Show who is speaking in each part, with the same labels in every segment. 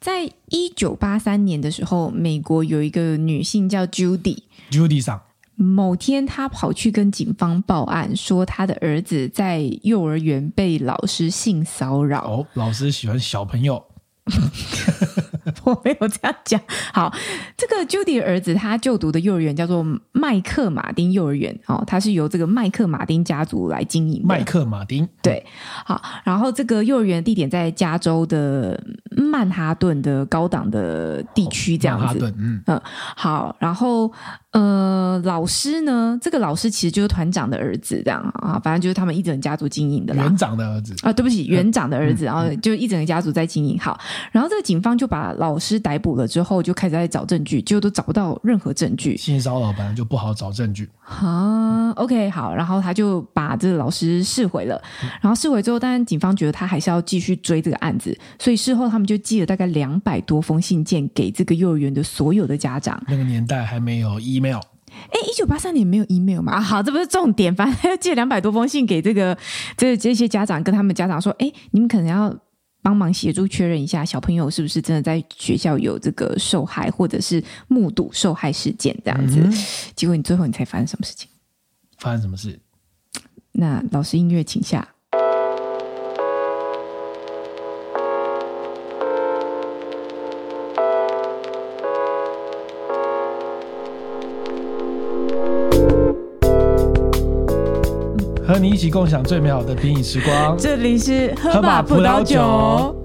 Speaker 1: 在一九八三年的时候，美国有一个女性叫 Judy，
Speaker 2: Judy 上，
Speaker 1: 某天，他跑去跟警方报案，说他的儿子在幼儿园被老师性骚扰。
Speaker 2: 哦，老师喜欢小朋友，
Speaker 1: 我没有这样讲。好，这个 Judy 的儿子他就读的幼儿园叫做麦克马丁幼儿园哦，他是由这个麦克马丁家族来经营的。
Speaker 2: 麦克马丁，
Speaker 1: 对，好，然后这个幼儿园地点在加州的曼哈顿的高档的地区，这样
Speaker 2: 曼哈
Speaker 1: 子。
Speaker 2: 顿，嗯，
Speaker 1: 好，然后呃，老师呢，这个老师其实就是团长的儿子，这样啊，反正就是他们一整家族经营的啦
Speaker 2: 园。长的儿子，
Speaker 1: 啊，对不起，园长的儿子，然后就一整个家族在经营。好，然后这个警方就把老师逮捕了之后，就开始在找证据，结果都找不到任何证据。
Speaker 2: 性骚扰本来就不好找证据，
Speaker 1: 啊，OK，好，然后他就把这个老师释回了，然后释回之后，当然警方觉得他还是要继续追这个案子，所以事后他们就寄了大概两百多封信件给这个幼儿园的所有的家长。
Speaker 2: 那个年代还没有 email，
Speaker 1: 哎，一九八三年没有 email 嘛？啊，好，这不是重点，反正他就寄两百多封信给这个这这些家长，跟他们家长说，哎，你们可能要。帮忙协助确认一下小朋友是不是真的在学校有这个受害，或者是目睹受害事件这样子。
Speaker 2: 嗯哼
Speaker 1: 结果你最后你才发生什么事情？
Speaker 2: 发生什么事？
Speaker 1: 那老师音乐请下。
Speaker 2: 和你一起共享最美好的品饮时光。
Speaker 1: 这里是
Speaker 2: 喝吧葡萄酒。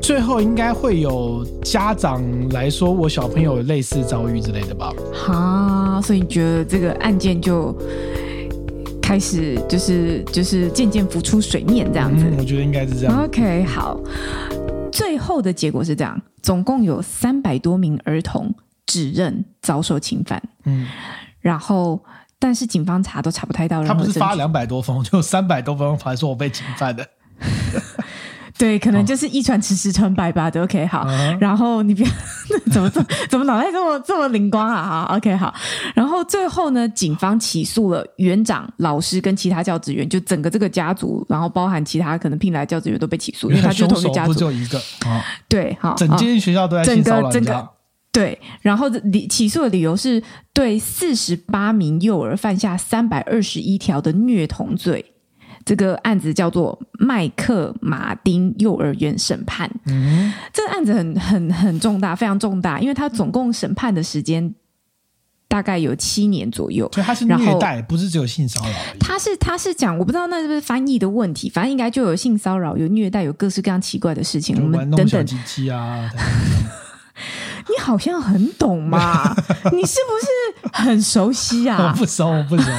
Speaker 2: 最后应该会有家长来说，我小朋友有类似遭遇之类的吧？
Speaker 1: 好，所以你觉得这个案件就开始就是就是渐渐浮出水面这样子。哦
Speaker 2: 嗯，我觉得应该是这样。
Speaker 1: OK，好。最后的结果是这样，总共有三百多名儿童指认遭受侵犯，
Speaker 2: 嗯，
Speaker 1: 然后但是警方查都查不太到任
Speaker 2: 他
Speaker 1: 何
Speaker 2: 不是
Speaker 1: 证
Speaker 2: 发
Speaker 1: 据。
Speaker 2: 两百多封，就三百多封，还说我被侵犯的。
Speaker 1: 对，可能就是一传十，十传百吧。对，OK，好。
Speaker 2: 嗯
Speaker 1: 然后你别 怎么这么怎么脑袋这么这么灵光啊？好，OK，好。然后最后呢，警方起诉了园长、老师跟其他教职员，就整个这个家族，然后包含其他可能聘来的教职员都被起诉，因为
Speaker 2: 原
Speaker 1: 他
Speaker 2: 来
Speaker 1: 就是
Speaker 2: 凶
Speaker 1: 同一
Speaker 2: 手
Speaker 1: 个家
Speaker 2: 不
Speaker 1: 族。
Speaker 2: 就一个啊？
Speaker 1: 对，好，
Speaker 2: 整
Speaker 1: 啊
Speaker 2: 间学校都在
Speaker 1: 整
Speaker 2: 性骚
Speaker 1: 个
Speaker 2: 扰，
Speaker 1: 整
Speaker 2: 你知
Speaker 1: 个
Speaker 2: 道？
Speaker 1: 对，然后理起诉的理由是对四十八名幼儿犯下三百二十一条的虐童罪。这个案子叫做麦克马丁幼儿园审判。
Speaker 2: 嗯
Speaker 1: 这个案子很很很重大，非常重大，因为它总共审判的时间大概有七年左右
Speaker 2: 哼，。所以他是
Speaker 1: 然后
Speaker 2: 虐待，不是只有性骚扰而已。
Speaker 1: 他是他是讲，我不知道那是不是翻译的问题，反正应该就有性骚扰、有虐待、有各式各样奇怪的事情。
Speaker 2: 就
Speaker 1: 我
Speaker 2: 玩
Speaker 1: 们
Speaker 2: 弄
Speaker 1: 等
Speaker 2: 小
Speaker 1: 等，
Speaker 2: 鸡 鸡啊，
Speaker 1: 你好像很懂 嘛，你是不是很熟悉
Speaker 2: 我
Speaker 1: 啊？
Speaker 2: 不熟，我不熟。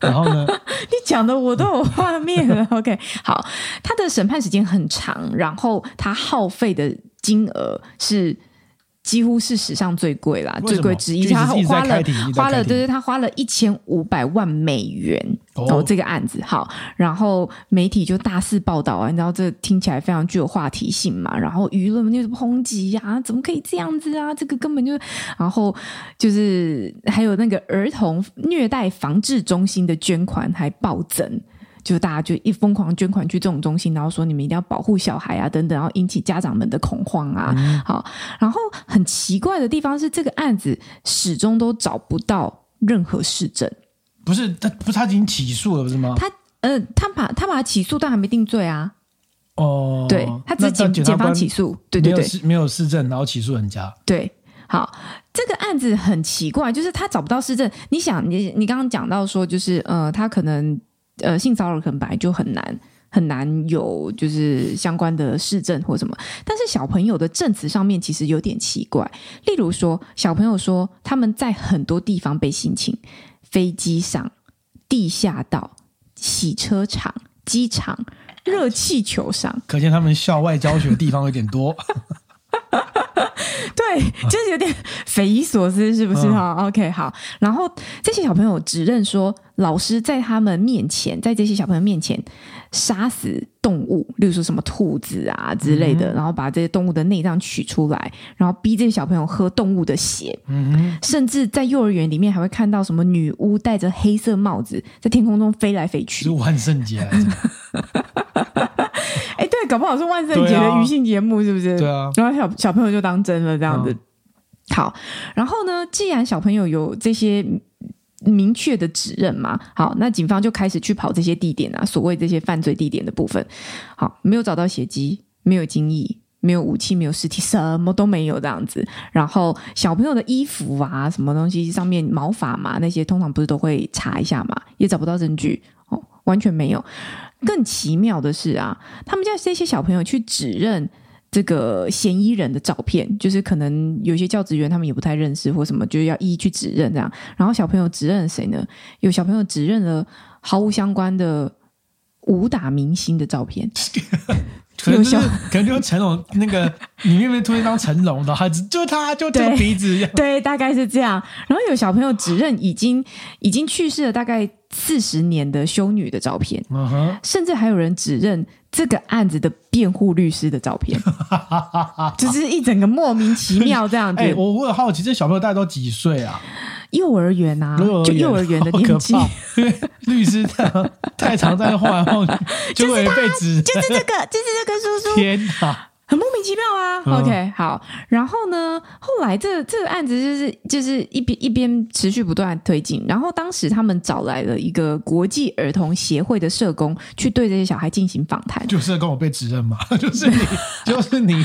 Speaker 2: 然后 呢，
Speaker 1: 你讲的我都有画面 了。OK，好，他的审判时间很长，然后他耗费的金额是几乎是史上最贵啦，
Speaker 2: 为
Speaker 1: 最
Speaker 2: 什
Speaker 1: 贵
Speaker 2: 么
Speaker 1: 之一。
Speaker 2: 就一直
Speaker 1: 他
Speaker 2: 一直在
Speaker 1: 花了
Speaker 2: 开庭一直在
Speaker 1: 花了，
Speaker 2: 开
Speaker 1: 对对，
Speaker 2: 庭
Speaker 1: 他花了一千五百万美元
Speaker 2: 哦
Speaker 1: 哦这个案子。好，然后媒体就大肆报道啊，你知道这听起来非常具有话题性嘛，然后舆论就是抨击呀、怎么可以这样子啊？这个根本就是，然后就是还有那个儿童虐待防治中心的捐款还暴增。就大家就一疯狂捐款去这种中心，然后说你们一定要保护小孩啊，等等，然后引起家长们的恐慌啊。
Speaker 2: 嗯
Speaker 1: 好，然后很奇怪的地方是，这个案子始终都找不到任何市政。
Speaker 2: 不是他，不是他已经起诉了，不是吗？
Speaker 1: 他呃，他把他把他起诉，但还没定罪啊。
Speaker 2: 哦，
Speaker 1: 对他只
Speaker 2: 那
Speaker 1: 是检
Speaker 2: 那检察
Speaker 1: 检方
Speaker 2: 官
Speaker 1: 起诉，对对
Speaker 2: 没有
Speaker 1: 对
Speaker 2: 市没有市政，然后起诉人家，
Speaker 1: 对。好，这个案子很奇怪，就是他找不到市政。你想，你你刚刚讲到说，就是呃，他可能呃性骚扰可能本来就很难很难有就是相关的市政或什么，但是小朋友的证词上面其实有点奇怪，例如说小朋友说他们在很多地方被性侵，飞机上、地下道、洗车场、机场、热气球上，
Speaker 2: 可见他们校外教学的地方有点多。
Speaker 1: 对，
Speaker 2: 啊
Speaker 1: 就是有点匪夷所思，是不是哈、o k 好。然后这些小朋友指认说，老师在他们面前，在这些小朋友面前杀死动物，例如说什么兔子啊之类
Speaker 2: 嗯
Speaker 1: 的，然后把这些动物的内脏取出来，然后逼这些小朋友喝动物的血，
Speaker 2: 嗯哼，
Speaker 1: 甚至在幼儿园里面还会看到什么女巫戴着黑色帽子在天空中飞来飞去
Speaker 2: 啊是。万圣节还是什么
Speaker 1: 哎，对，搞不好是万圣节
Speaker 2: 对
Speaker 1: 的
Speaker 2: 啊
Speaker 1: 娱性节目，是不是？
Speaker 2: 对啊，
Speaker 1: 然后小小朋友就当真了这样子。
Speaker 2: 嗯
Speaker 1: 好，然后呢，既然小朋友有这些明确的指认嘛，好，那警方就开始去跑这些地点啊，所谓这些犯罪地点的部分。好，没有找到血迹，没有精液。没有武器，没有尸体，什么都没有这样子。然后小朋友的衣服啊，什么东西上面毛发嘛，那些通常不是都会查一下嘛，也找不到证据哦，完全没有。更奇妙的是啊，他们家这些小朋友去指认这个嫌疑人的照片，就是可能有些教职员他们也不太认识或什么，就要一一去指认这样。然后小朋友指认了谁呢？有小朋友指认了毫无相关的武打明星的照片，
Speaker 2: 可能就是
Speaker 1: 有效
Speaker 2: 可能就是成龙那个里面被推一张成龙的，他只就他就这个
Speaker 1: 对
Speaker 2: 鼻子一样，
Speaker 1: 对，大概是这样。然后有小朋友指认已经已经去世了大概四十年的修女的照片，
Speaker 2: 嗯哼，
Speaker 1: 甚至还有人指认这个案子的辩护律师的照片， 就是一整个莫名其妙这样子。
Speaker 2: 哎、我我很好奇，这小朋友大概都几岁啊？
Speaker 1: 幼儿园啊，
Speaker 2: 幼儿
Speaker 1: 就
Speaker 2: 园
Speaker 1: 幼儿园的
Speaker 2: 好
Speaker 1: 年
Speaker 2: 可
Speaker 1: 纪，
Speaker 2: 怕， 因为律师太太常在那晃来晃 去，就会被指。
Speaker 1: 就是这个，就是这个叔叔，
Speaker 2: 天哪！
Speaker 1: 很莫名其妙啊。
Speaker 2: 嗯
Speaker 1: OK，好，然后呢，后来这这个案子就是就是一边一边持续不断地推进，然后当时他们找来了一个国际儿童协会的社工去对这些小孩进行访谈，
Speaker 2: 就是跟我被指认嘛， 就 是你，就是你，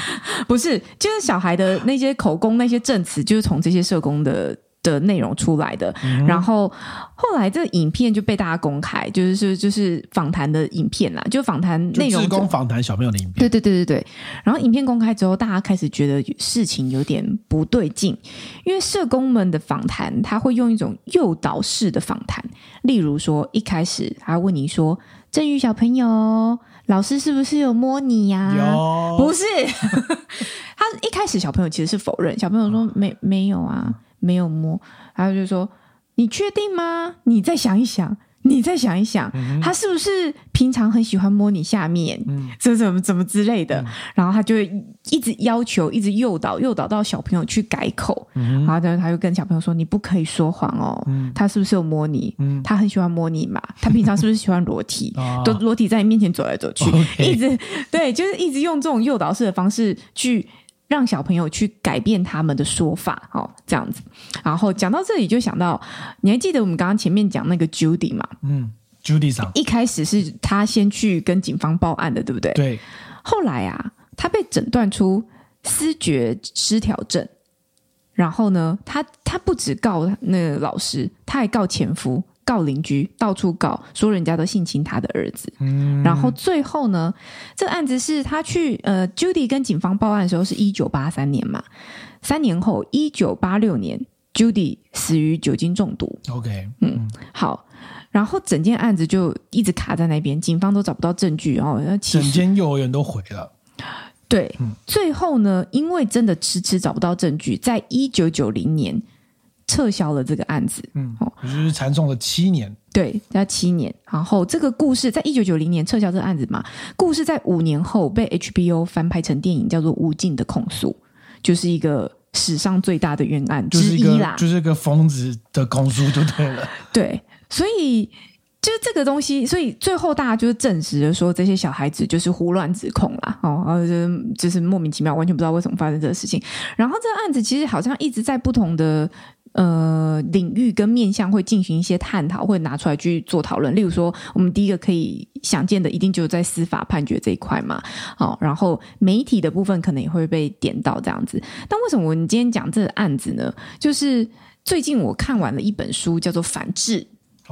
Speaker 1: 不是，就是小孩的那些口供、那些证词，就是从这些社工的。的内容出来的，
Speaker 2: 嗯
Speaker 1: 然后后来这个影片就被大家公开，就是是就是访谈的影片啦，就访谈内
Speaker 2: 就
Speaker 1: 容
Speaker 2: 志
Speaker 1: 者
Speaker 2: 工访谈小朋友的影片，
Speaker 1: 对对对对对。然后影片公开之后，大家开始觉得事情有点不对劲，因为社工们的访谈，他会用一种诱导式的访谈，例如说一开始他问你说：“振宇小朋友，老师是不是有摸你呀、
Speaker 2: 有
Speaker 1: 不是， 他一开始小朋友其实是否认，小朋友说没没有啊，没有摸，然后就说你确定吗？你再想一想，你再想一想，他是不是平常很喜欢摸你下面，这怎么怎么之类的？然后他就一直要求，一直诱导，诱导到小朋友去改口，然后他就跟小朋友说你不可以说谎哦，他是不是有摸你？
Speaker 2: 嗯
Speaker 1: 他很喜欢摸你嘛，他平常是不是喜欢裸体？
Speaker 2: 啊
Speaker 1: 都裸体在你面前走来走去
Speaker 2: OK
Speaker 1: 一直 对，就是一直用这种诱导式的方式去让小朋友去改变他们的说法，哦，这样子。然后讲到这里，就想到你还记得我们刚刚前面讲那个 Judy 嘛？
Speaker 2: 嗯，Judy 上，
Speaker 1: 一开始是他先去跟警方报案的，对不对？
Speaker 2: 对，
Speaker 1: 后来啊，他被诊断出思觉失调症，然后呢，他他不止告那个老师，他还告前夫、告邻居，到处告，说人家都性侵他的儿子。
Speaker 2: 嗯，
Speaker 1: 然后最后呢，这个案子是他去呃，Judy 跟警方报案的时候是一九八三年嘛，三年后一九八六年，Judy 死于酒精中毒。
Speaker 2: OK，
Speaker 1: 好，然后整件案子就一直卡在那边，警方都找不到证据哦。那其
Speaker 2: 整
Speaker 1: 实
Speaker 2: 间幼儿园都毁了，
Speaker 1: 对，
Speaker 2: 嗯
Speaker 1: 最后呢，因为真的迟迟找不到证据，在一九九零年撤销了这个案子。
Speaker 2: 嗯
Speaker 1: 哦，
Speaker 2: 也就是缠讼了七年，
Speaker 1: 对，要七年。然后这个故事在一九九零年撤销这个案子嘛，故事在五年后被 HBO 翻拍成电影，叫做《无尽的控诉》，就是一个史上最大的冤案
Speaker 2: 就
Speaker 1: 之
Speaker 2: 是一
Speaker 1: 一啦
Speaker 2: 个。就是一个疯子的公叔就对了，
Speaker 1: 对，所以就这个东西，所以最后大家就是证实了说，这些小孩子就是胡乱指控啦，哦，然后就是就是莫名其妙，完全不知道为什么发生这个事情。然后这个案子其实好像一直在不同的。呃，领域跟面向会进行一些探讨，会拿出来去做讨论。例如说，我们第一个可以想见的，一定就是在司法判决这一块嘛。好、然后媒体的部分可能也会被点到这样子。但为什么我们今天讲这个案子呢？就是最近我看完了一本书，叫做《反制》，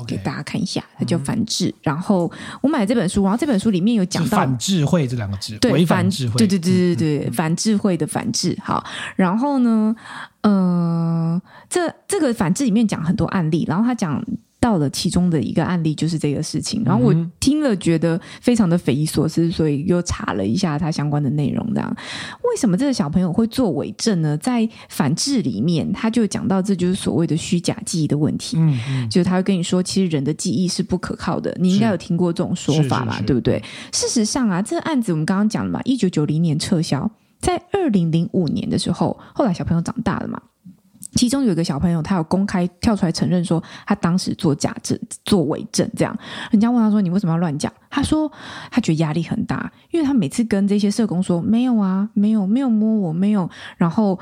Speaker 1: 给
Speaker 2: OK，
Speaker 1: 大家看一下，它叫《反制》。然后我买这本书，然后这本书里面有讲
Speaker 2: 是
Speaker 1: 到
Speaker 2: 反智慧这两个字，
Speaker 1: 对
Speaker 2: 违反
Speaker 1: 反
Speaker 2: 智慧，嗯
Speaker 1: 对对对对对，反智慧的反智。好，然后呢，呃，这这个反智里面讲很多案例，然后他讲。到了其中的一个案例就是这个事情，然后
Speaker 2: 嗯
Speaker 1: 我听了觉得非常的匪夷所思，所以又查了一下它相关的内容。这样，为什么这个小朋友会做伪证呢？在反制里面，他就讲到这就是所谓的虚假记忆的问题。
Speaker 2: 嗯嗯，
Speaker 1: 就是他会跟你说，其实人的记忆是不可靠的。你应该有听过这种说法
Speaker 2: 是
Speaker 1: 吧
Speaker 2: 是，是
Speaker 1: 对不对？事实上啊，这个案子我们刚刚讲了嘛，一九九零年撤销，在二零零五年的时候，后来小朋友长大了嘛，其中有一个小朋友，他有公开跳出来承认说，他当时做假证、做伪证，这样。人家问他说：“你为什么要乱讲？”他说：“他觉得压力很大，因为他每次跟这些社工说没有啊，没有，没有摸我，没有，然后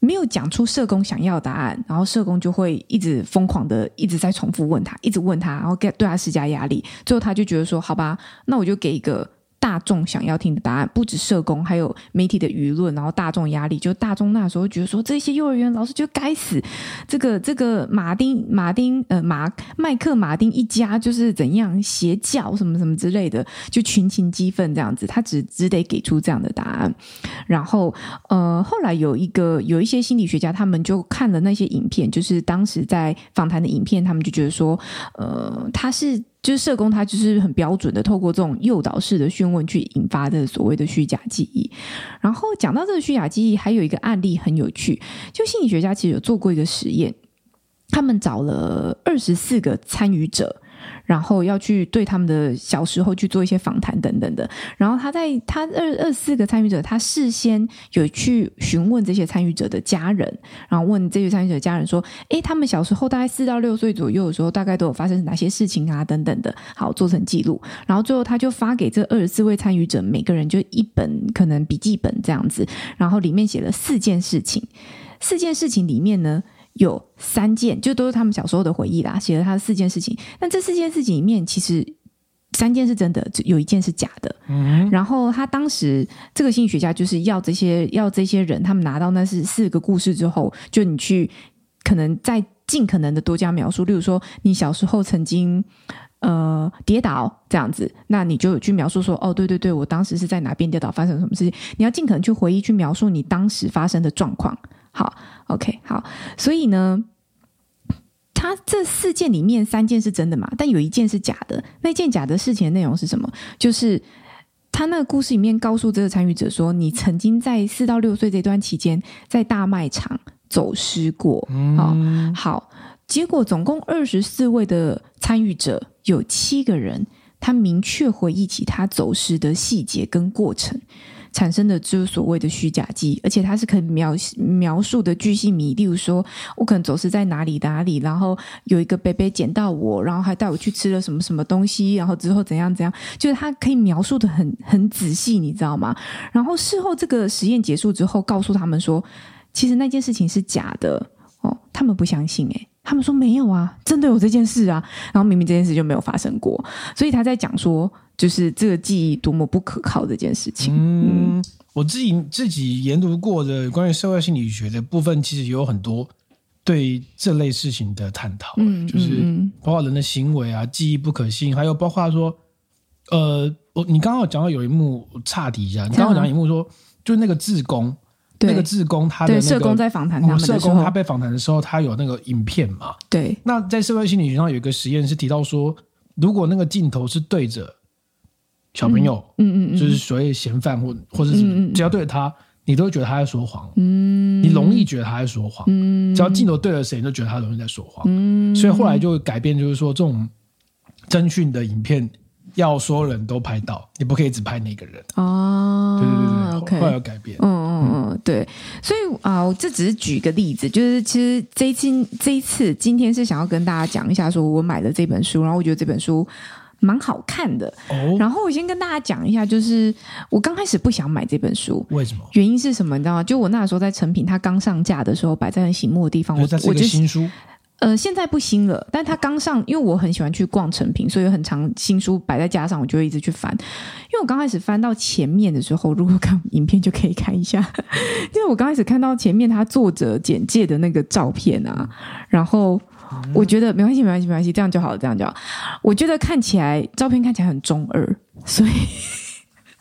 Speaker 1: 没有讲出社工想要的答案，然后社工就会一直疯狂的一直在重复问他，一直问他，然后给对他施加压力。最后他就觉得说：好吧，那我就给一个。”大众想要听的答案，不止社工，还有媒体的舆论，然后大众压力，就大众那时候觉得说，这些幼儿园老师就该死，这个这个马丁马丁呃马麦克马丁一家就是怎样邪教什么什么之类的，就群情激愤这样子，他只只得给出这样的答案。然后呃，后来有一个有一些心理学家，他们就看了那些影片，就是当时在访谈的影片，他们就觉得说，呃，他是。就是社工，他就是很标准的透过这种诱导式的讯问去引发的所谓的虚假记忆。然后讲到这个虚假记忆，还有一个案例很有趣，就心理学家其实有做过一个实验，他们找了二十四个参与者。然后要去对他们的小时候去做一些访谈等等的。然后他在他二二四个参与者，他事先有去询问这些参与者的家人，然后问这些参与者的家人说：“诶，他们小时候大概四到六岁左右的时候，大概都有发生哪些事情啊？等等的。”好，做成记录。然后最后他就发给这二十四位参与者每个人就一本可能笔记本这样子，然后里面写了四件事情。四件事情里面呢。有三件，就都是他们小时候的回忆啦，写了他的四件事情。但这四件事情里面，其实三件是真的，只有一件是假的。嗯，然后他当时这个心理学家就是要这些要这些人，他们拿到那是四个故事之后，就你去可能再尽可能的多加描述，例如说你小时候曾经。呃，跌倒这样子，那你就去描述说，哦，对对对，我当时是在哪边跌倒，发生什么事情？你要尽可能去回忆，去描述你当时发生的状况。好，OK，好，所以呢，他这四件里面三件是真的嘛，但有一件是假的。那件假的事情的内容是什么？就是他那个故事里面告诉这个参与者说，你曾经在四到六岁这段期间，在大卖场走失过。哦，好，结果总共二十四位的参与者。有七个人，他明确回忆起他走失的细节跟过程，产生的就是所谓的虚假记忆，而且他是可以描描述的巨细迷，例如说，我可能走失在哪里哪里，然后有一个贝贝捡到我，然后还带我去吃了什么什么东西，然后之后怎样怎样，就是他可以描述的很很仔细，你知道吗？然后事后这个实验结束之后，告诉他们说，其实那件事情是假的哦，他们不相信诶、欸。他们说没有啊，真的有这件事啊，然后明明这件事就没有发生过，所以他在讲说，就是这个记忆多么不可靠这件事情。
Speaker 2: 嗯，我自己自己研读过的关于社会心理学的部分，其实也有很多对这类事情的探讨，
Speaker 1: 嗯
Speaker 2: 就是
Speaker 1: 嗯
Speaker 2: 包括人的行为啊，记忆不可信，还有包括说，呃，我你刚刚有讲到有一幕，我岔题一下，你刚刚讲一幕说，就那个志工，那
Speaker 1: 啊对
Speaker 2: 个志工他的
Speaker 1: 对，
Speaker 2: 那
Speaker 1: 哦社工
Speaker 2: 个。
Speaker 1: 在访谈他
Speaker 2: 我
Speaker 1: 们
Speaker 2: 社
Speaker 1: 的时
Speaker 2: 工
Speaker 1: 候
Speaker 2: 他，被访谈的时候，他有那个影片嘛？
Speaker 1: 对
Speaker 2: 那在社会心理学上有一个实验是提到说，如果那个镜头是对着小朋友，
Speaker 1: 嗯嗯嗯，
Speaker 2: 就是所谓嫌犯或或者是
Speaker 1: 嗯嗯嗯
Speaker 2: 只要对着他，你都会觉得他在说谎，嗯，你容易觉得他在说谎，嗯，只要镜头对着谁，你就觉得他容易在说谎，嗯，所以后来就改变，就是说这种侦讯的影片要所有人都拍到，你不可以只拍那个人，
Speaker 1: 哦，
Speaker 2: 对对对对，后来
Speaker 1: 啊，OK。
Speaker 2: 有改变，
Speaker 1: 嗯嗯嗯，对，所以啊、我这只是举一个例子，就是其实这一次这一次今天是想要跟大家讲一下，说我买了这本书，然后我觉得这本书蛮好看的。
Speaker 2: 哦，
Speaker 1: 然后我先跟大家讲一下，就是我刚开始不想买这本书，
Speaker 2: 为什么？
Speaker 1: 原因是什么？你知道吗？就我那时候在成品，它刚上架的时候，摆在很醒目的地方，
Speaker 2: 因
Speaker 1: 我
Speaker 2: 为它是
Speaker 1: 我
Speaker 2: 一个
Speaker 1: 就
Speaker 2: 新 书，
Speaker 1: 呃现在不新了，但
Speaker 2: 嗯
Speaker 1: 它刚上，因为我很喜欢去逛成品，所以很常新书摆在架上，我就会一直去翻。因为我刚开始翻到前面的时候，如果看影片就可以看一下， 因为我刚开始看到前面它作者简介的那个照片啊，
Speaker 2: 嗯
Speaker 1: 然后。我觉得没关系，没关系，没关系，这样就好了，这样就好。我觉得看起来照片看起来很中二，所以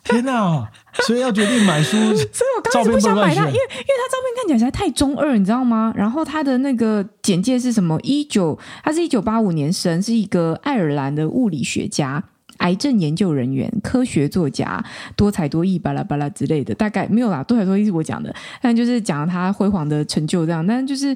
Speaker 2: 天哪！所以要决定买书，
Speaker 1: 所以我刚开始不想买它，
Speaker 2: 照片不能乱选
Speaker 1: 因为因为它照片看起来实在太中二，你知道吗？然后它的那个简介是什么？一九，他是一九八五年生，是一个爱尔兰的物理学家。癌症研究人员、科学作家、多才多艺，巴拉巴拉之类的，大概没有啦。多才多艺是我讲的，但就是讲了他辉煌的成就这样。但就是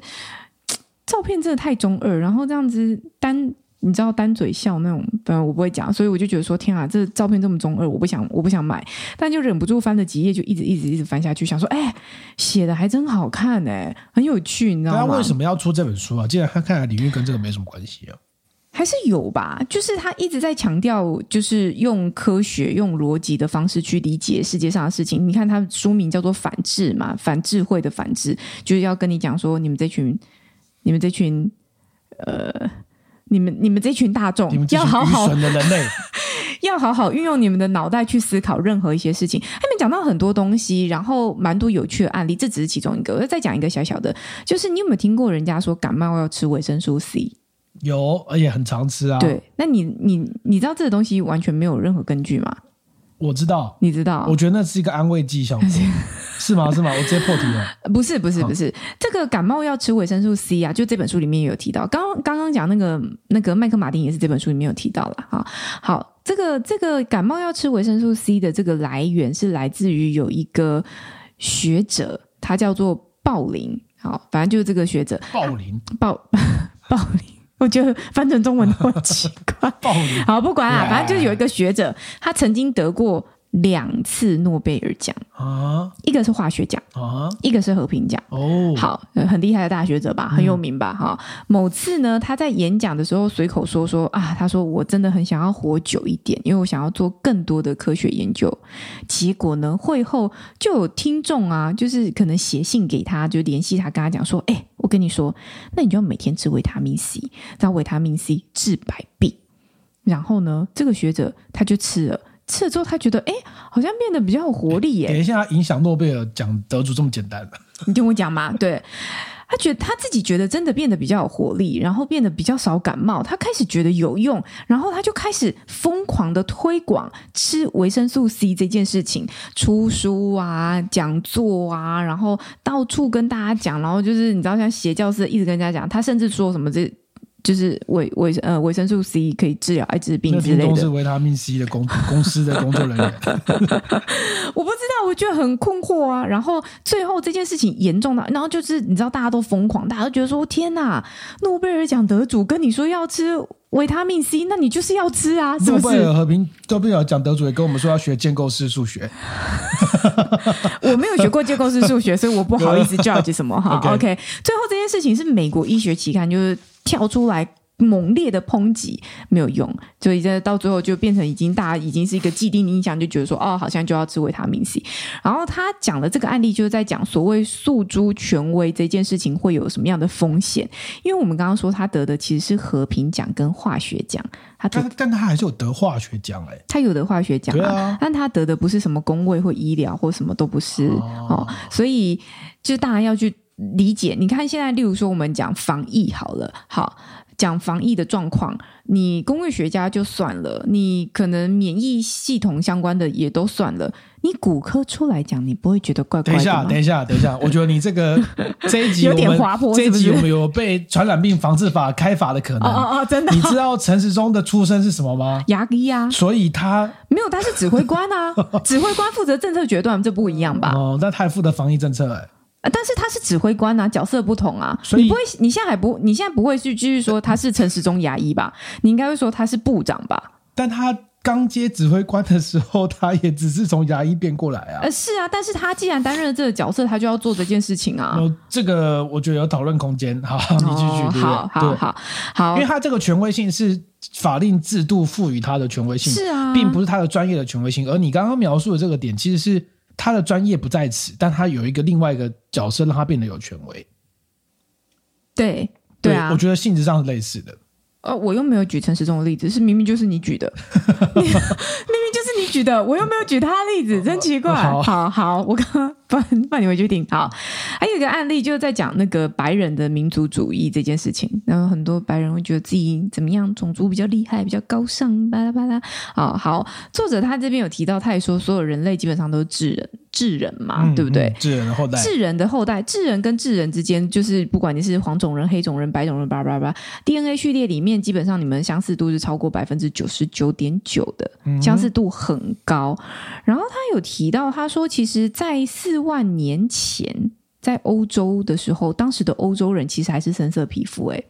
Speaker 1: 照片真的太中二，然后这样子单你知道单嘴笑那种，嗯，我不会讲，所以我就觉得说，天啊，这照片这么中二，我不想，我不想买，但就忍不住翻了几页，就一直一直一直翻下去，想说，哎、写的还真好看哎、很有趣，你知
Speaker 2: 那
Speaker 1: 道吗
Speaker 2: 啊为？什么要出这本书啊？既然他看来李玉跟这个没什么关系啊。
Speaker 1: 还是有吧，就是他一直在强调，就是用科学、用逻辑的方式去理解世界上的事情。你看，他书名叫做“反智”嘛，反智慧的反智，就是要跟你讲说，你们这群、你们这群、呃，你们、你们这群大众
Speaker 2: 你们这
Speaker 1: 要
Speaker 2: 群
Speaker 1: 好
Speaker 2: 愚
Speaker 1: 好
Speaker 2: 蠢的人类，
Speaker 1: 要好好运用你们的脑袋去思考任何一些事情。他们讲到很多东西，然后蛮多有趣的案例，这只是其中一个。我再讲一个小小的，就是你有没有听过人家说感冒要吃维生素 C？
Speaker 2: 有而且很常吃啊。，
Speaker 1: 对，那你你你知道这个东西完全没有任何根据吗？
Speaker 2: 我知道，
Speaker 1: 你知道啊
Speaker 2: 我？觉得那是一个安慰 剂效果，是吗？是吗？我直接破题了。
Speaker 1: 不是不是
Speaker 2: 啊
Speaker 1: 不是，这个感冒要吃维生素 C 啊，就这本书里面也有提到。刚刚刚讲那个那个麦克马丁也是这本书里面有提到了哈。好，这个这个感冒要吃维生素 C 的这个来源是来自于有一个学者，他叫做鲍林。好，反正就是这个学者
Speaker 2: 暴林，
Speaker 1: 鲍 鲍林，我觉得翻成中文都很奇怪。
Speaker 2: 暴林，
Speaker 1: 好，不管啊，
Speaker 2: Yeah
Speaker 1: 反正就是有一个学者，他曾经得过两次诺贝尔奖，
Speaker 2: 啊
Speaker 1: 一个是化学奖，
Speaker 2: 啊
Speaker 1: 一个是和平奖。
Speaker 2: 哦，
Speaker 1: 好，呃很厉害的大学者吧，很有名吧，哈、某次呢，他在演讲的时候随口说说啊，他说我真的很想要活久一点，因为我想要做更多的科学研究。结果呢，会后就有听众啊，就是可能写信给他，就联系他，跟他讲说，哎、我跟你说，那你就要每天吃维他命 C，让维他命 C 治百病。然后呢，这个学者他就吃了，吃了之后他觉得，哎、好像变得比较有活力耶、
Speaker 2: 等一下，影响诺贝尔奖得主这么简单？
Speaker 1: 你听我讲嘛，对。他觉得他自己觉得真的变得比较有活力，然后变得比较少感冒，他开始觉得有用，然后他就开始疯狂的推广吃维生素 C 这件事情，出书啊、讲座啊，然后到处跟大家讲，然后就是你知道像邪教似的，一直跟人家讲，他甚至说什么这就是维维呃维生素 C 可以治疗艾滋病
Speaker 2: 那
Speaker 1: 之
Speaker 2: 听
Speaker 1: 类
Speaker 2: 众
Speaker 1: 的
Speaker 2: 是，维他命 C 的公公司的工作人员，
Speaker 1: 我不知道，我觉得很困惑啊。然后最后这件事情严重到，然后就是你知道大家都疯狂，大家都觉得说天哪，诺贝尔奖得主跟你说要吃维他命 C，那你就是要吃啊， 是
Speaker 2: 诺
Speaker 1: 不
Speaker 2: 贝
Speaker 1: 是？
Speaker 2: 尔和平诺贝尔奖得主也跟我们说要学建构式 数学，
Speaker 1: 我没有学过结构式数学，所以我不好意思 judge 什么哈。
Speaker 2: OK
Speaker 1: OK，最后这件事情是美国医学期刊就是跳出来。猛烈的抨击没有用，所以这到最后就变成已经大家已经是一个既定印象，就觉得说哦，好像就要吃维他命 C。然后他讲的这个案例就是在讲所谓诉诸权威这件事情会有什么样的风险，因为我们刚刚说他得的其实是和平奖跟化学奖，他得
Speaker 2: 但但他还是有得化学奖 哎、
Speaker 1: 他有的化学奖
Speaker 2: 对
Speaker 1: 啊，
Speaker 2: 啊
Speaker 1: 但他得的不是什么工位或医疗或什么都不是哦所以就是大家要去理解。你看现在，例如说我们讲防疫好了，好讲防疫的状况，你工位学家就算了，你可能免疫系统相关的也都算了，你骨科出来讲，你不会觉得怪怪
Speaker 2: 等一
Speaker 1: 的
Speaker 2: 下，
Speaker 1: 吗？
Speaker 2: 等一下，等一下，我觉得你 这个这一集
Speaker 1: 有
Speaker 2: 我们
Speaker 1: 点滑坡
Speaker 2: 这一集
Speaker 1: 是不是
Speaker 2: 我们有被传染病防治法开罚的可
Speaker 1: 哦
Speaker 2: 能。
Speaker 1: 哦哦，真的
Speaker 2: 你知道陈时中的出身是什么吗？
Speaker 1: 牙医啊，
Speaker 2: 所以他
Speaker 1: 没有，他是指挥官 啊，指挥官负责政策决断，这不一样吧？
Speaker 2: 哦，那他还负责防疫政策哎、
Speaker 1: 啊，但是他是指挥官啊，角色不同啊，
Speaker 2: 所以
Speaker 1: 你不会，你现在还不，你现在不会去继续说他是陈时中牙医吧？你应该会说他是部长吧？
Speaker 2: 但他刚接指挥官的时候，他也只是从牙医变过来啊。
Speaker 1: 呃，是啊，但是他既然担任了这个角色，他就要做这件事情啊。
Speaker 2: 哦，这个我觉得有讨论空间。好，你继续，
Speaker 1: 哦
Speaker 2: 对不对
Speaker 1: 好好
Speaker 2: 对
Speaker 1: 好好
Speaker 2: 因为，他这个权威性是法令制度赋予他的权威性，
Speaker 1: 是啊，
Speaker 2: 并不是他的专业的权威性。而你刚刚描述的这个点，其实是他的专业不在此，但他有一个另外一个角色，让他变得有权威。
Speaker 1: 对对啊
Speaker 2: 我。觉得性质上是类似的。
Speaker 1: 呃，我又没有举陈时中的例子，是明明就是你举的，你明明就是你举的，我又没有举他的例子，真奇怪。
Speaker 2: 好
Speaker 1: 好好我刚刚放放你回去听。好，还有一个案例就是在讲那个白人的民族主义这件事情，然后很多白人会觉得自己怎么样，种族比较厉害，比较高尚，巴拉巴拉。啊，好，作者他这边有提到，他也说所有人类基本上都是智人，智人嘛，
Speaker 2: 嗯
Speaker 1: 啊对不对？
Speaker 2: 嗯智人的后代，
Speaker 1: 智人的后代，智人跟智人之间，就是不管你是黄种人、黑种人、白种人，叭叭叭，DNA 序列里面基本上你们相似度是超过百分之九十九点九的，
Speaker 2: 嗯
Speaker 1: 相似度很高。然后他有提到，他说其实，在四万年前，在欧洲的时候，当时的欧洲人其实还是深色皮肤、欸，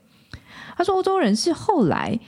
Speaker 1: 他说欧洲人是后来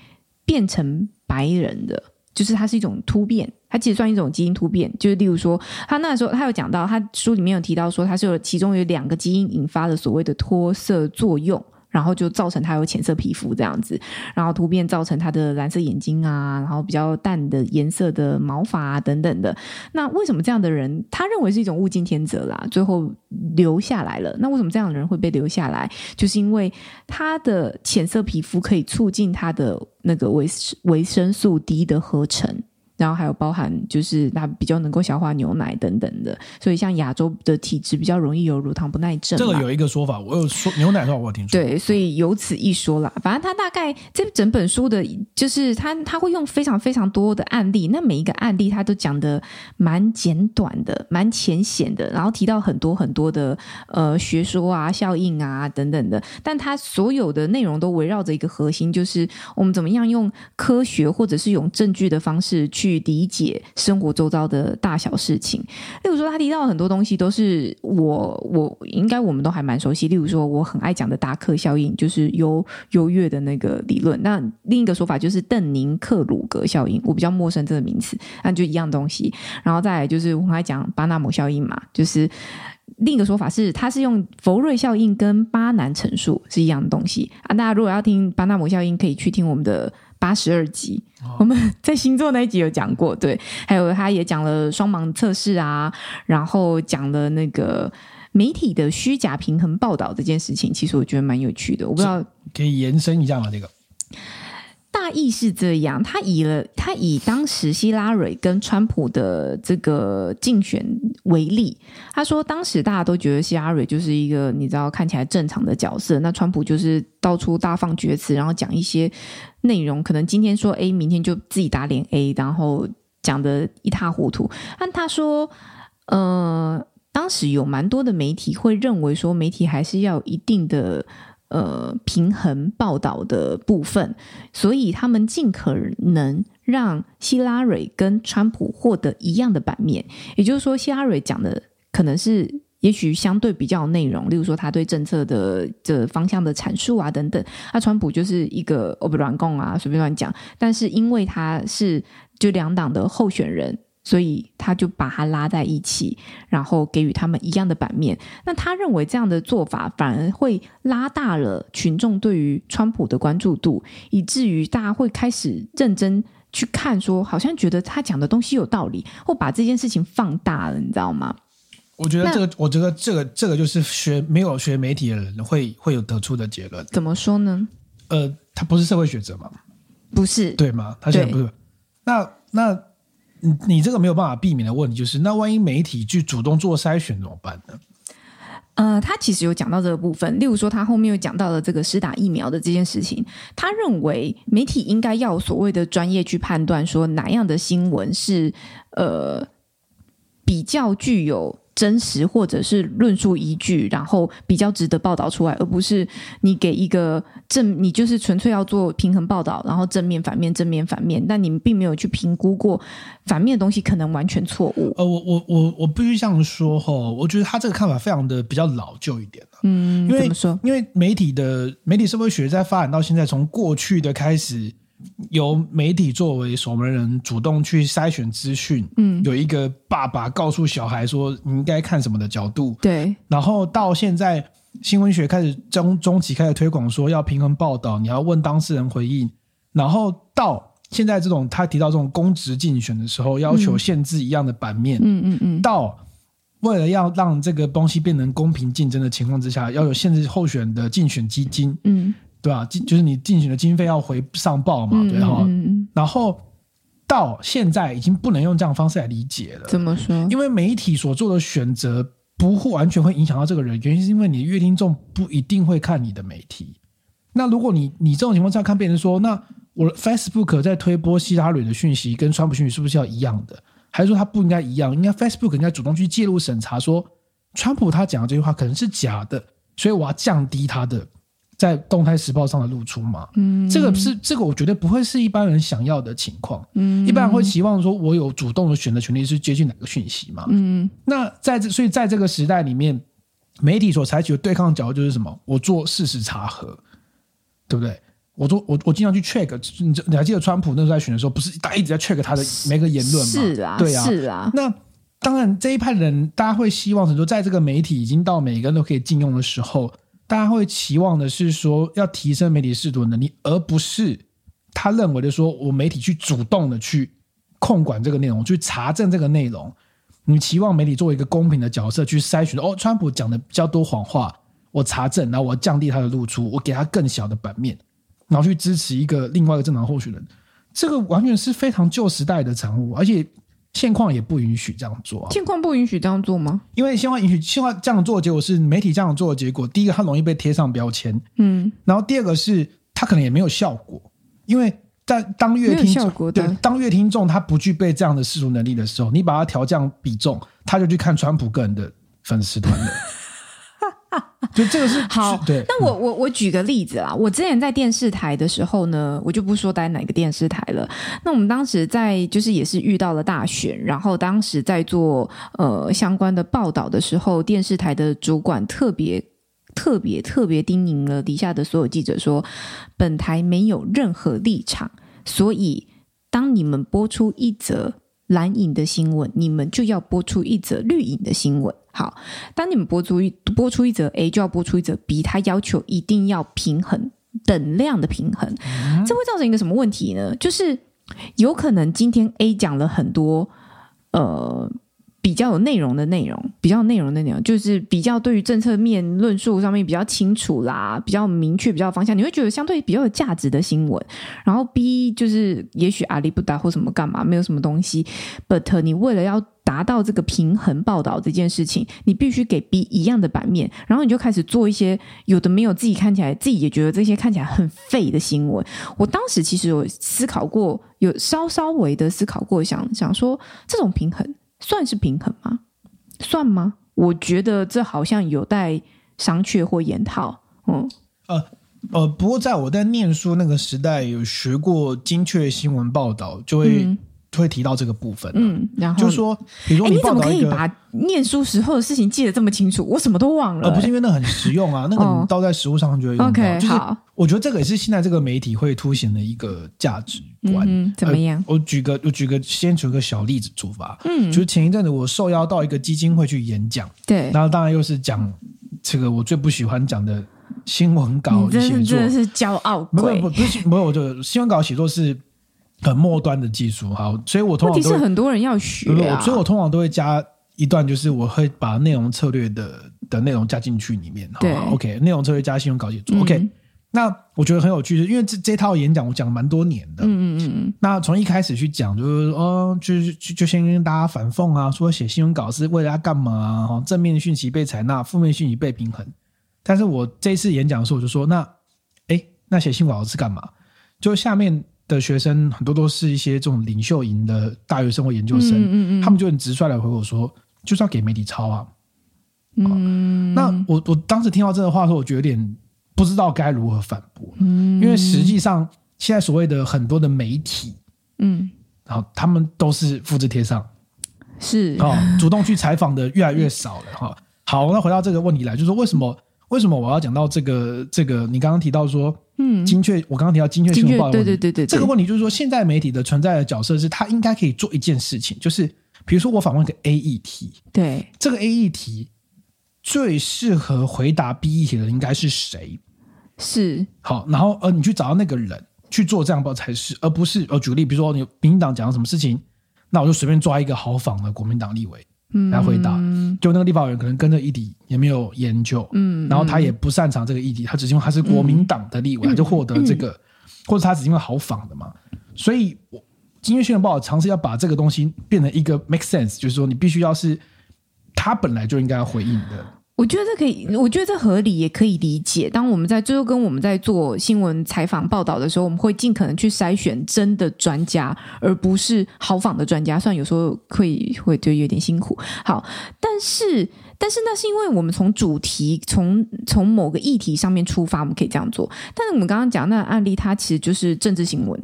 Speaker 1: 变成白人的，就是它是一种突变，它其实算一种基因突变。就是例如说，他那时候他有讲到，他书里面有提到说，它是有其中有两个基因引发了所谓的脱色作用。然后就造成他有浅色皮肤这样子，然后突变造成他的蓝色眼睛啊，然后比较淡的颜色的毛发、啊、等等的。那为什么这样的人，他认为是一种物竞天择啦，最后留下来了？那为什么这样的人会被留下来？就是因为他的浅色皮肤可以促进他的那个维维生素 D 的合成。然后还有包含就是它比较能够消化牛奶等等的，所以像亚洲的体质比较容易有乳糖不耐症。啊
Speaker 2: 这个有一个说法，我有说牛奶的话我听说。
Speaker 1: 对，所以有此一说啦。反正他大概这整本书的，就是他他会用非常非常多的案例，那每一个案例他都讲的蛮简短的，蛮浅显的，然后提到很多很多的呃学说啊、效应啊等等的，但他所有的内容都围绕着一个核心，就是我们怎么样用科学或者是用证据的方式去。去理解生活周遭的大小事情，例如说，他提到很多东西都是我我应该我们都还蛮熟悉。例如说，我很爱讲的达克效应，就是优优越的那个理论。那另一个说法就是邓宁克鲁格效应，我比较陌生这个名词，那就一样东西。然后再来就是我们还讲巴纳姆效应嘛，就是另一个说法是，它是用佛瑞效应跟巴南陈述是一样的东西啊。大家如果要听巴纳姆效应，可以去听我们的。八十二集，我们 在星座那一集有讲过，对，还有他也讲了双盲测试啊，然后讲了那个媒体的虚假平衡报道这件事情，其实我觉得蛮有趣的，我不知道
Speaker 2: 可以延伸一下吗？这个。
Speaker 1: 大意是这样，他以了他以当时希拉蕊跟川普的这个竞选为例，他说当时大家都觉得希拉蕊就是一个你知道看起来正常的角色，那川普就是到处大放厥词，然后讲一些内容，可能今天说 A，明天就自己打脸 A，然后讲的一塌糊涂。但他说，呃，当时有蛮多的媒体会认为说，媒体还是要有一定的。呃，平衡报道的部分，所以他们尽可能让希拉蕊跟川普获得一样的版面。也就是说，希拉蕊讲的可能是也许相对比较内容，例如说他对政策的这方向的阐述啊等等。那、啊、川普就是一个欧不乱供啊，随便乱讲。但是因为他是就两党的候选人。所以他就把它拉在一起，然后给予他们一样的版面。那他认为这样的做法反而会拉大了群众对于川普的关注度，以至于大家会开始认真去看说，说好像觉得他讲的东西有道理，或把这件事情放大了，你知道吗？
Speaker 2: 我觉得这个，我觉得这个，这个就是学没有学媒体的人会会有得出的结论。
Speaker 1: 怎么说呢？
Speaker 2: 呃，他不是社会学者嘛？
Speaker 1: 不是，
Speaker 2: 对吗？他现在不是。那那。那你你这个没有办法避免的问题就是，那万一媒体去主动做筛选怎么办呢？
Speaker 1: 呃，他其实有讲到这个部分，例如说他后面又讲到了这个施打疫苗的这件事情，他认为媒体应该要所谓的专业去判断，说哪样的新闻是呃比较具有。真实或者是论述依据，然后比较值得报道出来，而不是你给一个正，你就是纯粹要做平衡报道，然后正面、反面、正面、反面，但你们并没有去评估过反面的东西可能完全错误。
Speaker 2: 呃，我我我我必须这样说哈、哦，我觉得他这个看法非常的比较老旧一点、啊、
Speaker 1: 嗯，
Speaker 2: 因为
Speaker 1: 怎么说？
Speaker 2: 因为媒体的媒体社会学在发展到现在，从过去的开始。由媒体作为守门人，主动去筛选资讯。
Speaker 1: 嗯，
Speaker 2: 有一个爸爸告诉小孩说你应该看什么的角度。
Speaker 1: 对，
Speaker 2: 然后到现在新闻学开始中中期开始推广说要平衡报道，你要问当事人回应。然后到现在这种他提到这种公职竞选的时候，要求限制一样的版面。
Speaker 1: 嗯嗯嗯。
Speaker 2: 到为了要让这个东西变成公平竞争的情况之下，要有限制候选的竞选基金。
Speaker 1: 嗯。
Speaker 2: 对吧、啊？进就是你竞选的经费要回上报嘛，啊对哈、
Speaker 1: 嗯嗯。
Speaker 2: 然后到现在已经不能用这样方式来理解了。
Speaker 1: 嗯怎么说？
Speaker 2: 因为媒体所做的选择不会完全会影响到这个人，原因是因为你的阅听众不一定会看你的媒体。那如果你你这种情况下看别人说，那我 Facebook 在推播希拉蕊的讯息跟川普讯息是不是要一样的？还是说他不应该一样？应该 Facebook 应该主动去介入审查说，说川普他讲的这句话可能是假的，所以我要降低他的。在动态时报上的露出嘛，
Speaker 1: 嗯，
Speaker 2: 这个是这个，我觉得不会是一般人想要的情况，嗯，一般人会期望说，我有主动的选择权利是接近哪个讯息嘛，
Speaker 1: 嗯，
Speaker 2: 那在这，所以在这个时代里面，媒体所采取的对抗角度就是什么？我做事实查核，对不对？我都我我经常去 check，你你还记得川普那时候在选的时候，不是大家一直在 check 他的每个言论吗？
Speaker 1: 是啦，
Speaker 2: 对啊，
Speaker 1: 是啦，
Speaker 2: 那当然，这一派人大家会希望是说，在这个媒体已经到每个人都可以禁用的时候，大家会期望的是说要提升媒体试读的能力，而不是他认为的说我媒体去主动的去控管这个内容，去查证这个内容。你期望媒体作为一个公平的角色去筛选，哦，川普讲的比较多谎话，我查证，然后我降低他的露出，我给他更小的版面，然后去支持一个另外一个政党候选人，这个完全是非常旧时代的产物，而且现况也不允许这样做啊。
Speaker 1: 现况不允许这样做吗？
Speaker 2: 因为现况允许现况这样做，结果是媒体这样做的结果。第一个，它容易被贴上标签，
Speaker 1: 嗯，
Speaker 2: 然后第二个是它可能也没有效果，因为在当乐
Speaker 1: 没有
Speaker 2: 听
Speaker 1: 效
Speaker 2: 众
Speaker 1: 果的
Speaker 2: 对当乐听众他不具备这样的世俗能力的时候，你把它调降比重，他就去看川普个人的粉丝团了。 就这个是
Speaker 1: 好
Speaker 2: 是对，
Speaker 1: 那我我我举个例子啦，我之前在电视台的时候呢，我就不说待哪个电视台了。那我们当时在就是也是遇到了大选，然后当时在做呃相关的报道的时候，电视台的主管特别。特别特别叮咛了底下的所有记者说，本台没有任何立场，所以当你们播出一则蓝影的新闻，你们就要播出一则绿影的新闻。好，当你们播出一播出一则 A，就要播出一则 B，它要求一定要平衡等量的平衡，这会造成一个什么问题呢？就是有可能今天 A 讲了很多呃比较有内容的内容，比较有内容的内容，就是比较对于政策面论述上面比较清楚啦，比较明确，比较有方向，你会觉得相对比较有价值的新闻。然后 B 就是也许阿里不达或什么干嘛，没有什么东西，but 你为了要达到这个平衡报道这件事情，你必须给 B 一样的版面，然后你就开始做一些有的没有，自己看起来自己也觉得这些看起来很废的新闻。我当时其实有思考过，有稍稍微的思考过，想想说这种平衡算是平衡吗？算吗？我觉得这好像有待商榷或研讨。嗯，
Speaker 2: 呃呃，不过在我在念书那个时代，有学过精确新闻报道，就会、
Speaker 1: 嗯
Speaker 2: 会提到这个部分啊、
Speaker 1: 嗯，然后
Speaker 2: 就是说，比如
Speaker 1: 哎、
Speaker 2: 说
Speaker 1: 你
Speaker 2: 报
Speaker 1: 怎么
Speaker 2: 道
Speaker 1: 可
Speaker 2: 一
Speaker 1: 以
Speaker 2: 个，
Speaker 1: 把念书时候的事情记得这么清楚？我什么都忘了、
Speaker 2: 呃，不是因为那很实用啊，那个
Speaker 1: 哦
Speaker 2: 你倒在实物上就会用到。
Speaker 1: OK，
Speaker 2: 就是
Speaker 1: 好
Speaker 2: 我觉得这个也是现在这个媒体会凸显的一个价值观。
Speaker 1: 嗯哼怎么样
Speaker 2: 呃我举个我举个先举个小例子出发，嗯，就是前一阵子我受邀到一个基金会去演讲，
Speaker 1: 对，
Speaker 2: 然后当然又是讲这个我最不喜欢讲的新闻稿
Speaker 1: 你真
Speaker 2: 写
Speaker 1: 是
Speaker 2: 作
Speaker 1: 真的，是骄傲
Speaker 2: 没有没
Speaker 1: 鬼
Speaker 2: 有不。不是没有，我就新闻稿写作是很末端的技术，好，所以我通
Speaker 1: 问
Speaker 2: 常
Speaker 1: 题
Speaker 2: 都
Speaker 1: 是
Speaker 2: 会
Speaker 1: 很多人要学
Speaker 2: 不是
Speaker 1: 啊
Speaker 2: 我，所以我通常都会加一段，就是我会把内容策略的的内容加进去里面。好
Speaker 1: 对
Speaker 2: 吧，OK，内容策略加新闻稿写作。
Speaker 1: 嗯
Speaker 2: OK，那我觉得很有趣，是因为这这套演讲我讲了蛮多年的。
Speaker 1: 嗯嗯嗯
Speaker 2: 那从一开始去讲，就是哦，就是就就先跟大家反讽啊，说写新闻稿是为了要干嘛啊？哦正面讯息被采纳，负面讯息被平衡。但是我这次演讲的时候，我就说，那哎，那写新闻稿是干嘛？就下面的学生很多都是一些这种领袖营的大学生或研究
Speaker 1: 嗯
Speaker 2: 生，
Speaker 1: 嗯嗯嗯
Speaker 2: 他们就很直率的回我说，就是要给媒体抄啊。
Speaker 1: 嗯，
Speaker 2: 那我我当时听到这个话的时候，我觉得有点不知道该如何反驳，
Speaker 1: 嗯
Speaker 2: 因为实际上现在所谓的很多的媒体，
Speaker 1: 嗯
Speaker 2: 然后他们都是复制贴上，
Speaker 1: 是
Speaker 2: 哦，主动去采访的越来越少了哈、好，那回到这个问题来，就是说为什么为什么我要讲到这个这个？你刚刚提到说
Speaker 1: 嗯
Speaker 2: 精确，我刚刚提到精确
Speaker 1: 精
Speaker 2: 新
Speaker 1: 确
Speaker 2: 闻报的
Speaker 1: 对
Speaker 2: 问题
Speaker 1: 对对对对
Speaker 2: 这个问题就是说，现在媒体的存在的角色是，它应该可以做一件事情，就是比如说我访问一个 A 议题，
Speaker 1: 对
Speaker 2: 这个 A 议题最适合回答 B 议题的人应该是谁？
Speaker 1: 是
Speaker 2: 好，然后呃，你去找到那个人去做这样报才是，而不是呃，举个例，比如说你民进党讲了什么事情，那我就随便抓一个好访的国民党立委来回答，就那个立法委员可能跟这个议题也没有研究，
Speaker 1: 嗯
Speaker 2: 然后他也不擅长这个议题，他只是因为他是国民党的立委，他就获得了这个，或者他只是因为好访的嘛，所以我今天新闻报尝试要把这个东西变成一个 make sense，就是说你必须要是他本来就应该要回应的。
Speaker 1: 我觉得这可以，我觉得这合理，也可以理解。当我们在最后跟我们在做新闻采访报道的时候，我们会尽可能去筛选真的专家，而不是好访的专家。虽然有时候会会就有点辛苦，好，但是但是那是因为我们从主题从从某个议题上面出发，我们可以这样做。但是我们刚刚讲的那个案例，它其实就是政治新闻，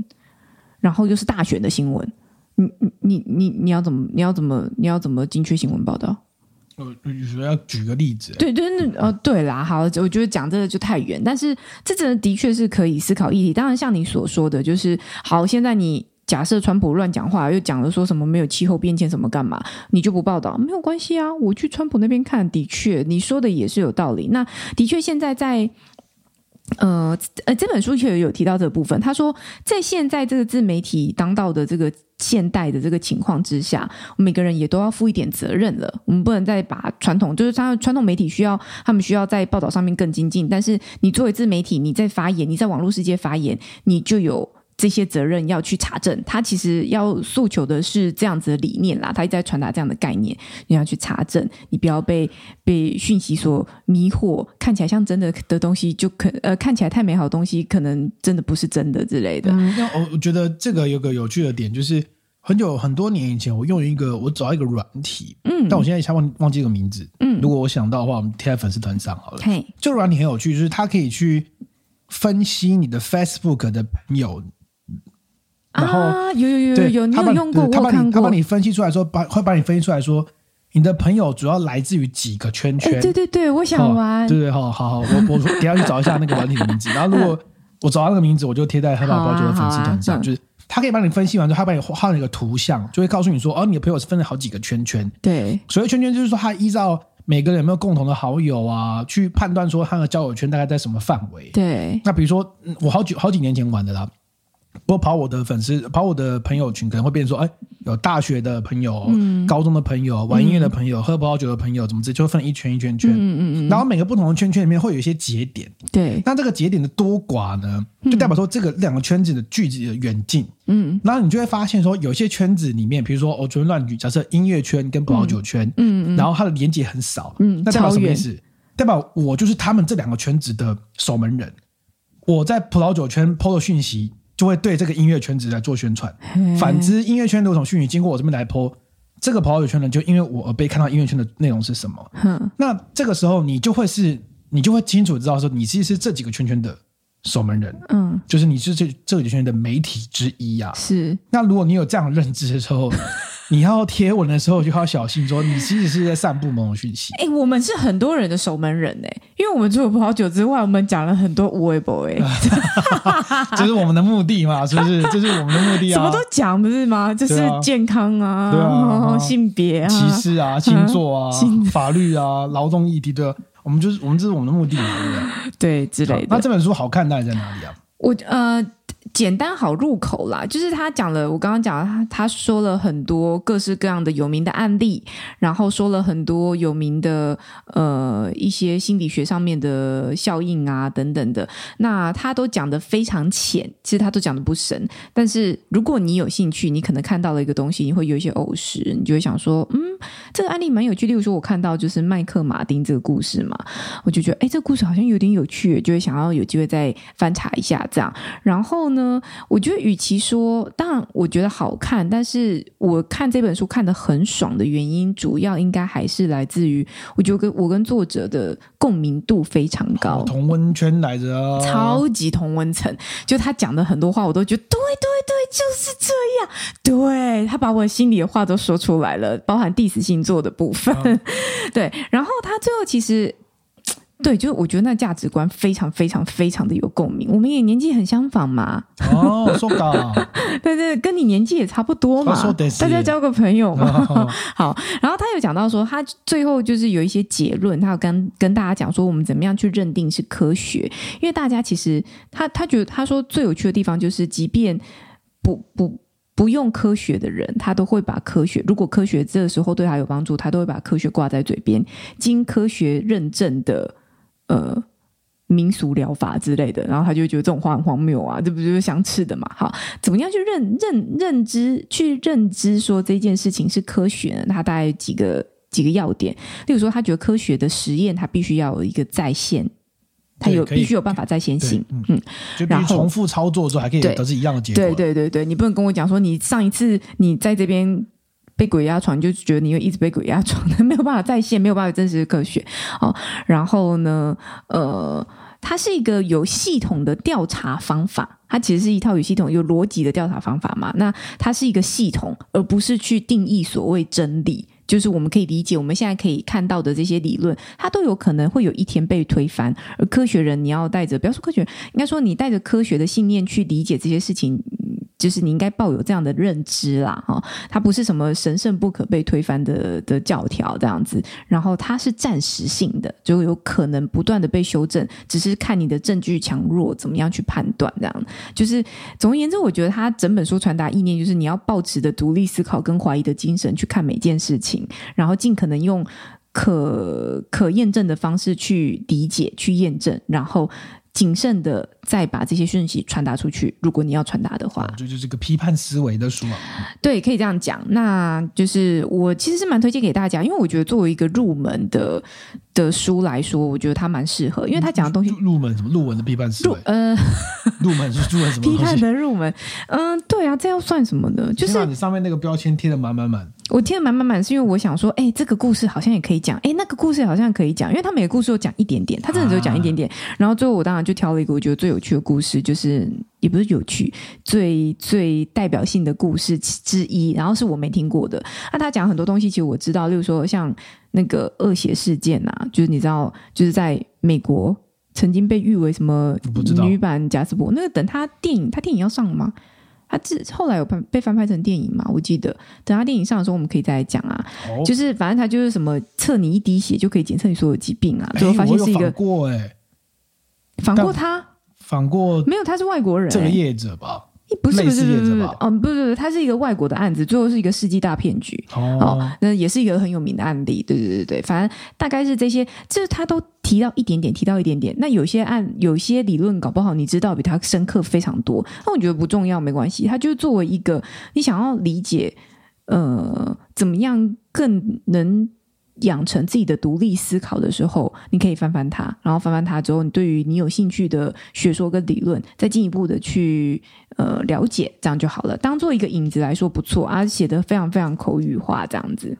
Speaker 1: 然后又是大选的新闻。你你你你你要怎么你要怎么你要怎么精确新闻报道？
Speaker 2: 我我呃觉得要嗯举个例子，
Speaker 1: 对对，那呃，对啦，好，我觉得讲这个就太远，但是这真的的确是可以思考议题。当然，像你所说的，就是好，现在你假设川普乱讲话，又讲了说什么没有气候变迁什么干嘛，你就不报道，没有关系啊。我去川普那边看，的确你说的也是有道理。那的确现在在。呃呃，这本书确实有提到这部分。他说，在现在这个自媒体当道的这个现代的这个情况之下，我们每个人也都要负一点责任了。我们不能再把传统，就是他传统媒体需要他们需要在报道上面更精进，但是你作为自媒体，你在发言，你在网络世界发言，你就有。这些责任要去查证，他其实要诉求的是这样子的理念啦，他一直在传达这样的概念，你要去查证，你不要被被讯息所迷惑，看起来像真的的东西就可呃看起来太美好的东西，可能真的不是真的之类的。
Speaker 2: 嗯，那我我觉得这个有个有趣的点，就是很久很多年以前，我用一个我找一个软体，
Speaker 1: 嗯
Speaker 2: 但我现在一下忘忘记这个名字。
Speaker 1: 嗯
Speaker 2: 如果我想到的话，我们贴在粉丝团上好了。
Speaker 1: 嘿，
Speaker 2: 这个软体很有趣，就是它可以去分析你的 Facebook 的朋友，然后、
Speaker 1: 啊，有有有有
Speaker 2: 对
Speaker 1: 有，你
Speaker 2: 它
Speaker 1: 有
Speaker 2: 帮
Speaker 1: 用过，
Speaker 2: 对
Speaker 1: 我
Speaker 2: 它
Speaker 1: 有
Speaker 2: 帮
Speaker 1: 看
Speaker 2: 你它
Speaker 1: 过
Speaker 2: 帮。你分析出来说，把会帮你分析出来说，你的朋友主要来自于几个圈圈。
Speaker 1: 哎，对对对，我想玩
Speaker 2: 哦、对。对，好好好，我我等一下去找一下那个软体的名字。然后如果我找到那个名字，我就贴在黑
Speaker 1: 好
Speaker 2: 宝
Speaker 1: 啊
Speaker 2: 宝酒的粉丝团
Speaker 1: 好啊
Speaker 2: 上，
Speaker 1: 嗯
Speaker 2: 就是他可以帮你分析完之后，他帮你画了一个图像，就会告诉你说，哦，你的朋友是分了好几个圈圈。
Speaker 1: 对
Speaker 2: 所谓圈圈，就是说他依照每个人有没有共同的好友啊，去判断说他的交友圈大概在什么范围。
Speaker 1: 对，
Speaker 2: 那比如说，嗯我好久好几年前玩的啦。不过跑我的粉丝，跑我的朋友群，可能会变成说，哎，有大学的朋友、高中的朋友、玩音乐的朋友、喝葡萄酒的朋友，怎么这就分一圈一圈圈。
Speaker 1: 嗯嗯嗯，
Speaker 2: 然后每个不同的圈圈里面会有一些节点，
Speaker 1: 对，
Speaker 2: 那这个节点的多寡呢，就代表说这个两个圈子的距离的远近。
Speaker 1: 嗯
Speaker 2: 然后你就会发现说，有些圈子里面，比如说我随便乱举，假设音乐圈跟葡萄酒圈，
Speaker 1: 嗯嗯
Speaker 2: 然后它的连接很少，
Speaker 1: 嗯
Speaker 2: 那代表
Speaker 1: 超
Speaker 2: 什么
Speaker 1: 远
Speaker 2: 意思？代表我就是他们这两个圈子的守门人。我在葡萄酒圈 PO 的讯息，就会对这个音乐圈子来做宣传。
Speaker 1: 嘿
Speaker 2: 反之，音乐圈的有种讯息经过我这边来 PO，这个葡萄酒圈呢，就因为我而被看到音乐圈的内容是什么，
Speaker 1: 哼
Speaker 2: 那这个时候你就会是，你就会清楚知道说，你其实是这几个圈圈的守门人，
Speaker 1: 嗯
Speaker 2: 就是你是这这几个圈圈的媒体之一 呀、啊。
Speaker 1: 是
Speaker 2: 那如果你有这样的认知的时候， 你要贴文的时候就要小心，说你其实是在散布某 种讯息。
Speaker 1: 哎、我们是很多人的守门人哎、因为我们除了葡萄酒之外，我们讲了很多无微博哎，
Speaker 2: 这是我们的目的嘛？是不是？这是我们的目的
Speaker 1: 什么
Speaker 2: 啊
Speaker 1: 都！讲不是吗？就是
Speaker 2: 对啊
Speaker 1: 健康啊，
Speaker 2: 对啊
Speaker 1: 哦 性别啊，
Speaker 2: 歧视啊，星座 啊
Speaker 1: 星，
Speaker 2: 法律啊，劳动议题对啊，我们就是我们这是我们的目的嘛，对不对？
Speaker 1: 对之类
Speaker 2: 那
Speaker 1: 的。
Speaker 2: 这本书好看到底在哪里啊？
Speaker 1: 我呃，简单好入口啦，就是他讲了，我刚刚讲了他他说了很多各式各样的有名的案例，然后说了很多有名的呃一些心理学上面的效应啊等等的，那他都讲的非常浅，其实他都讲的不深。但是如果你有兴趣，你可能看到了一个东西，你会有一些偶识，你就会想说，嗯，这个案例蛮有趣。例如说，我看到就是麦克马丁这个故事嘛，我就觉得，哎，这个故事好像有点有趣，就会想要有机会再翻查一下这样。然后呢，我觉得与其说，当然我觉得好看，但是我看这本书看得很爽的原因，主要应该还是来自于，我觉得跟我跟作者的共鸣度非常高。
Speaker 2: 同温圈来着啊，
Speaker 1: 超级同温层，就他讲的很多话，我都觉得对对对，就是这样。对他把我心里的话都说出来了，包含第四星座的部分。 对，然后他最后其实。对，就是我觉得那价值观非常非常非常的有共鸣，我们也年纪很相仿嘛，
Speaker 2: 哦，说嘎，
Speaker 1: 对对，跟你年纪也差不多嘛
Speaker 2: 啊そうです，
Speaker 1: 大家交个朋友嘛。
Speaker 2: 哦
Speaker 1: 好，然后他有讲到说，他最后就是有一些结论，他有跟跟大家讲说，我们怎么样去认定是科学，因为大家其实他他觉得他说最有趣的地方就是，即便不不。不用科学的人，他都会把科学。如果科学这个时候对他有帮助，他都会把科学挂在嘴边。经科学认证的，呃，民俗疗法之类的，然后他就会觉得这种话很荒谬啊，这不就是相斥的嘛？好，怎么样去认认认知，去认知说这件事情是科学呢？它大概有几个几个要点，例如说，他觉得科学的实验，它必须要有一个在线，它
Speaker 2: 对
Speaker 1: 有
Speaker 2: 可以
Speaker 1: 必须有办法在线性
Speaker 2: 对。嗯
Speaker 1: 嗯，
Speaker 2: 就比
Speaker 1: 然
Speaker 2: 如
Speaker 1: 后
Speaker 2: 重复操作之后还可以
Speaker 1: 对
Speaker 2: 得知一样的结果。
Speaker 1: 对对对对，你不能跟我讲说你上一次你在这边被鬼压床，你就觉得你会一直被鬼压床， 没有办法再现，没有办法真实的科学哦。然后呢，呃，它是一个有系统的调查方法，它其实是一套有系统、有逻辑的调查方法嘛。那它是一个系统，而不是去定义所谓真理。就是我们可以理解，我们现在可以看到的这些理论，它都有可能会有一天被推翻。而科学人，你要带着不要说科学人，应该说你带着科学的信念去理解这些事情，嗯就是你应该抱有这样的认知啦，哈、哦，它不是什么神圣不可被推翻的的教条这样子，然后它是暂时性的，就有可能不断的被修正，只是看你的证据强弱怎么样去判断，这样就是总而言之，我觉得他整本书传达意念就是你要保持着独立思考跟怀疑的精神去看每件事情。然后尽可能用可可验证的方式去理解、去验证，然后谨慎的再把这些讯息传达出去。如果你要传达的话，
Speaker 2: 这、啊就是个批判思维的书啊。
Speaker 1: 对，可以这样讲。那就是我其实是蛮推荐给大家，因为我觉得作为一个入门的的书来说，我觉得它蛮适合，因为它讲的啊东西
Speaker 2: 入门什么入门的批判思维，
Speaker 1: 呃，
Speaker 2: 入门是入门什 么
Speaker 1: 批判的入门，嗯、呃，对啊，这要算什么呢？就是
Speaker 2: 你上面那个标签贴的满满满。
Speaker 1: 我听得满满满，是因为我想说，哎、欸，这个故事好像也可以讲，哎、欸，那个故事好像可以讲，因为他每个故事都讲一点点，他真的只有讲一点点。啊、然后最后我当然就挑了一个我觉得最有趣的故事，就是也不是有趣，最最代表性的故事之一，然后是我没听过的。那、啊、他讲很多东西，其实我知道，例如说像那个恶血事件啊，就是你知道，就是在美国曾经被誉为什么女版贾斯伯，那个等他电影，他电影要上吗？他自后来有被被翻拍成电影嘛？我记得等他电影上的时候，我们可以再来讲啊。哦、就是反正他就是什么测你一滴血就可以检测你所有疾病
Speaker 2: 哎
Speaker 1: 啊，最后发现是一个
Speaker 2: 过哎、欸，
Speaker 1: 反过他
Speaker 2: 反过
Speaker 1: 没有他是外国人、欸、
Speaker 2: 这个业者吧。
Speaker 1: 不是不是
Speaker 2: 不
Speaker 1: 是，嗯，不是不是，它是一个外国的案子，最后是一个世纪大骗局、哦、哦，那也是一个很有名的案例，对对对对，反正大概是这些，就是他都提到一点点，提到一点点。那有些案，有些理论搞不好你知道比他深刻非常多，那我觉得不重要，没关系。他就是作为一个你想要理解，呃，怎么样更能。养成自己的独立思考的时候，你可以翻翻它，然后翻翻它之后，你对于你有兴趣的学说跟理论，再进一步的去呃了解，这样就好了。当做一个引子来说不错啊，写的非常非常口语化，这样子。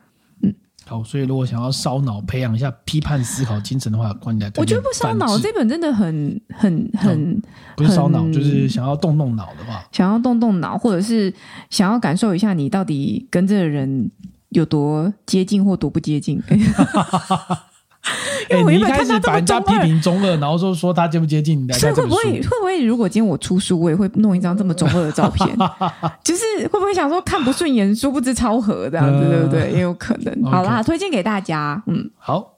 Speaker 2: 好，所以如果想要烧脑、培养一下批判思考精神的话，关键
Speaker 1: 我觉得不烧脑这本真的很、很、很
Speaker 2: 不是烧脑，就是想要动动脑的话，
Speaker 1: 想要动动脑，或者是想要感受一下你到底跟这个人有多接近或多不接近。因为我一
Speaker 2: 本
Speaker 1: 看他这么
Speaker 2: 中批评中二，然后就说他接不接近你，
Speaker 1: 所以会不会会不会如果今天我出书，我也会弄一张这么中二的照片，就是会不会想说看不顺眼，殊不知超合这样子，对不对？也有可能。好啦，推荐给大家，嗯，
Speaker 2: 好。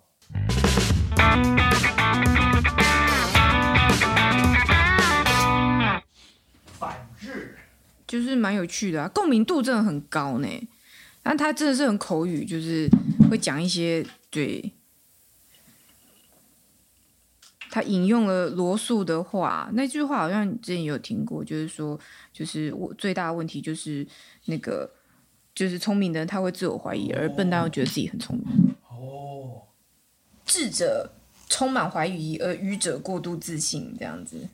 Speaker 1: 反日就是蛮有趣的，啊，共鸣度真的很高呢。但他真的是很口语，就是会讲一些对。他引用了罗素的话，那句话好像之前有听过，就是说，就是我最大的问题就是那个，就是聪明的人他会自我怀疑，而笨蛋又觉得自己很聪明。哦，智者充满怀疑，而愚者过度自信，这样子。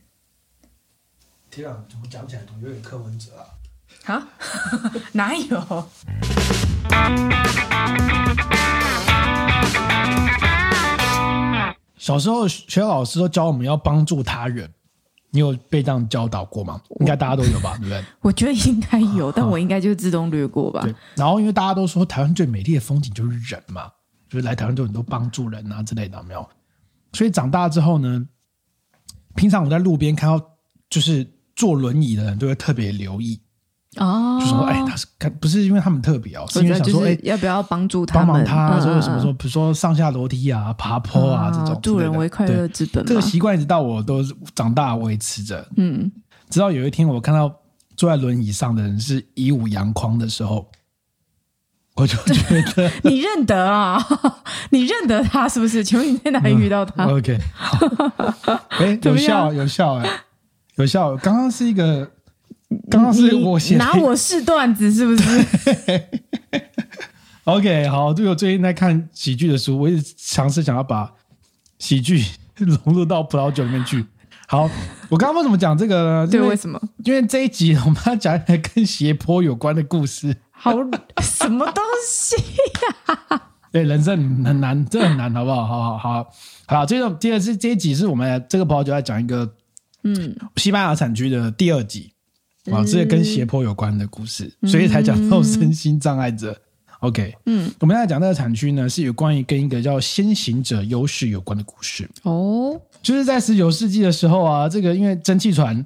Speaker 2: 天啊，怎么讲起来总有点柯文哲啊？
Speaker 1: 啊？ 哪有？
Speaker 2: 小时候，学校老师都教我们要帮助他人，你有被这样教导过吗？应该大家都有 吧，对不对？
Speaker 1: 我觉得应该 有，但我应该就自动略过吧。
Speaker 2: 对。然后，因为大家都说台湾最美丽的风景就是人嘛，就是来台湾就很多帮助人啊之类的，没有？所以长大之后呢，平常我在路边看到就是坐轮椅的人，都会特别留意
Speaker 1: 哦，
Speaker 2: 就说哎、欸，他是看不是因为他们特别哦，是因为想说哎、欸，
Speaker 1: 要不要帮助他
Speaker 2: 帮忙
Speaker 1: 他，
Speaker 2: 说、嗯、什么说，比如说上下楼梯啊、爬坡啊、啊、这种，
Speaker 1: 嗯助人为快乐之本。
Speaker 2: 这个习惯一直到我都长大维持着，
Speaker 1: 嗯，
Speaker 2: 直到有一天我看到坐在轮椅上的人是以武扬匡的时候，我就 觉得
Speaker 1: 你认得啊， 你认得他是不是？请问你在哪里遇到他、
Speaker 2: 嗯、？OK，哎 欸，有效有效哎，有效！刚刚是一个。刚刚是我写，
Speaker 1: 拿我是段子是不 是
Speaker 2: ？OK，好，对我最近在看喜剧的书，我一直尝试想要把喜剧 融入到葡萄酒里面去。好，我刚刚为什么讲这个呢？
Speaker 1: 对，为什么？
Speaker 2: 因为这一集我们要讲一个跟斜坡有关的故事。
Speaker 1: 好，什么东西呀、啊？
Speaker 2: 对，人生很难，这很难，好不好？好好好，好，这个第二是这一集是我们这个葡萄酒要讲一个，
Speaker 1: 嗯，
Speaker 2: 西班牙产区的第二集。啊，这些跟斜坡有关的故事，所以才讲到身心障碍者。 OK，
Speaker 1: 嗯，
Speaker 2: 我们现在讲这个产区呢，是有关于跟一个叫先行者优势有关的故事。
Speaker 1: 哦，
Speaker 2: 就是在十九世纪的时候啊，这个因为蒸汽船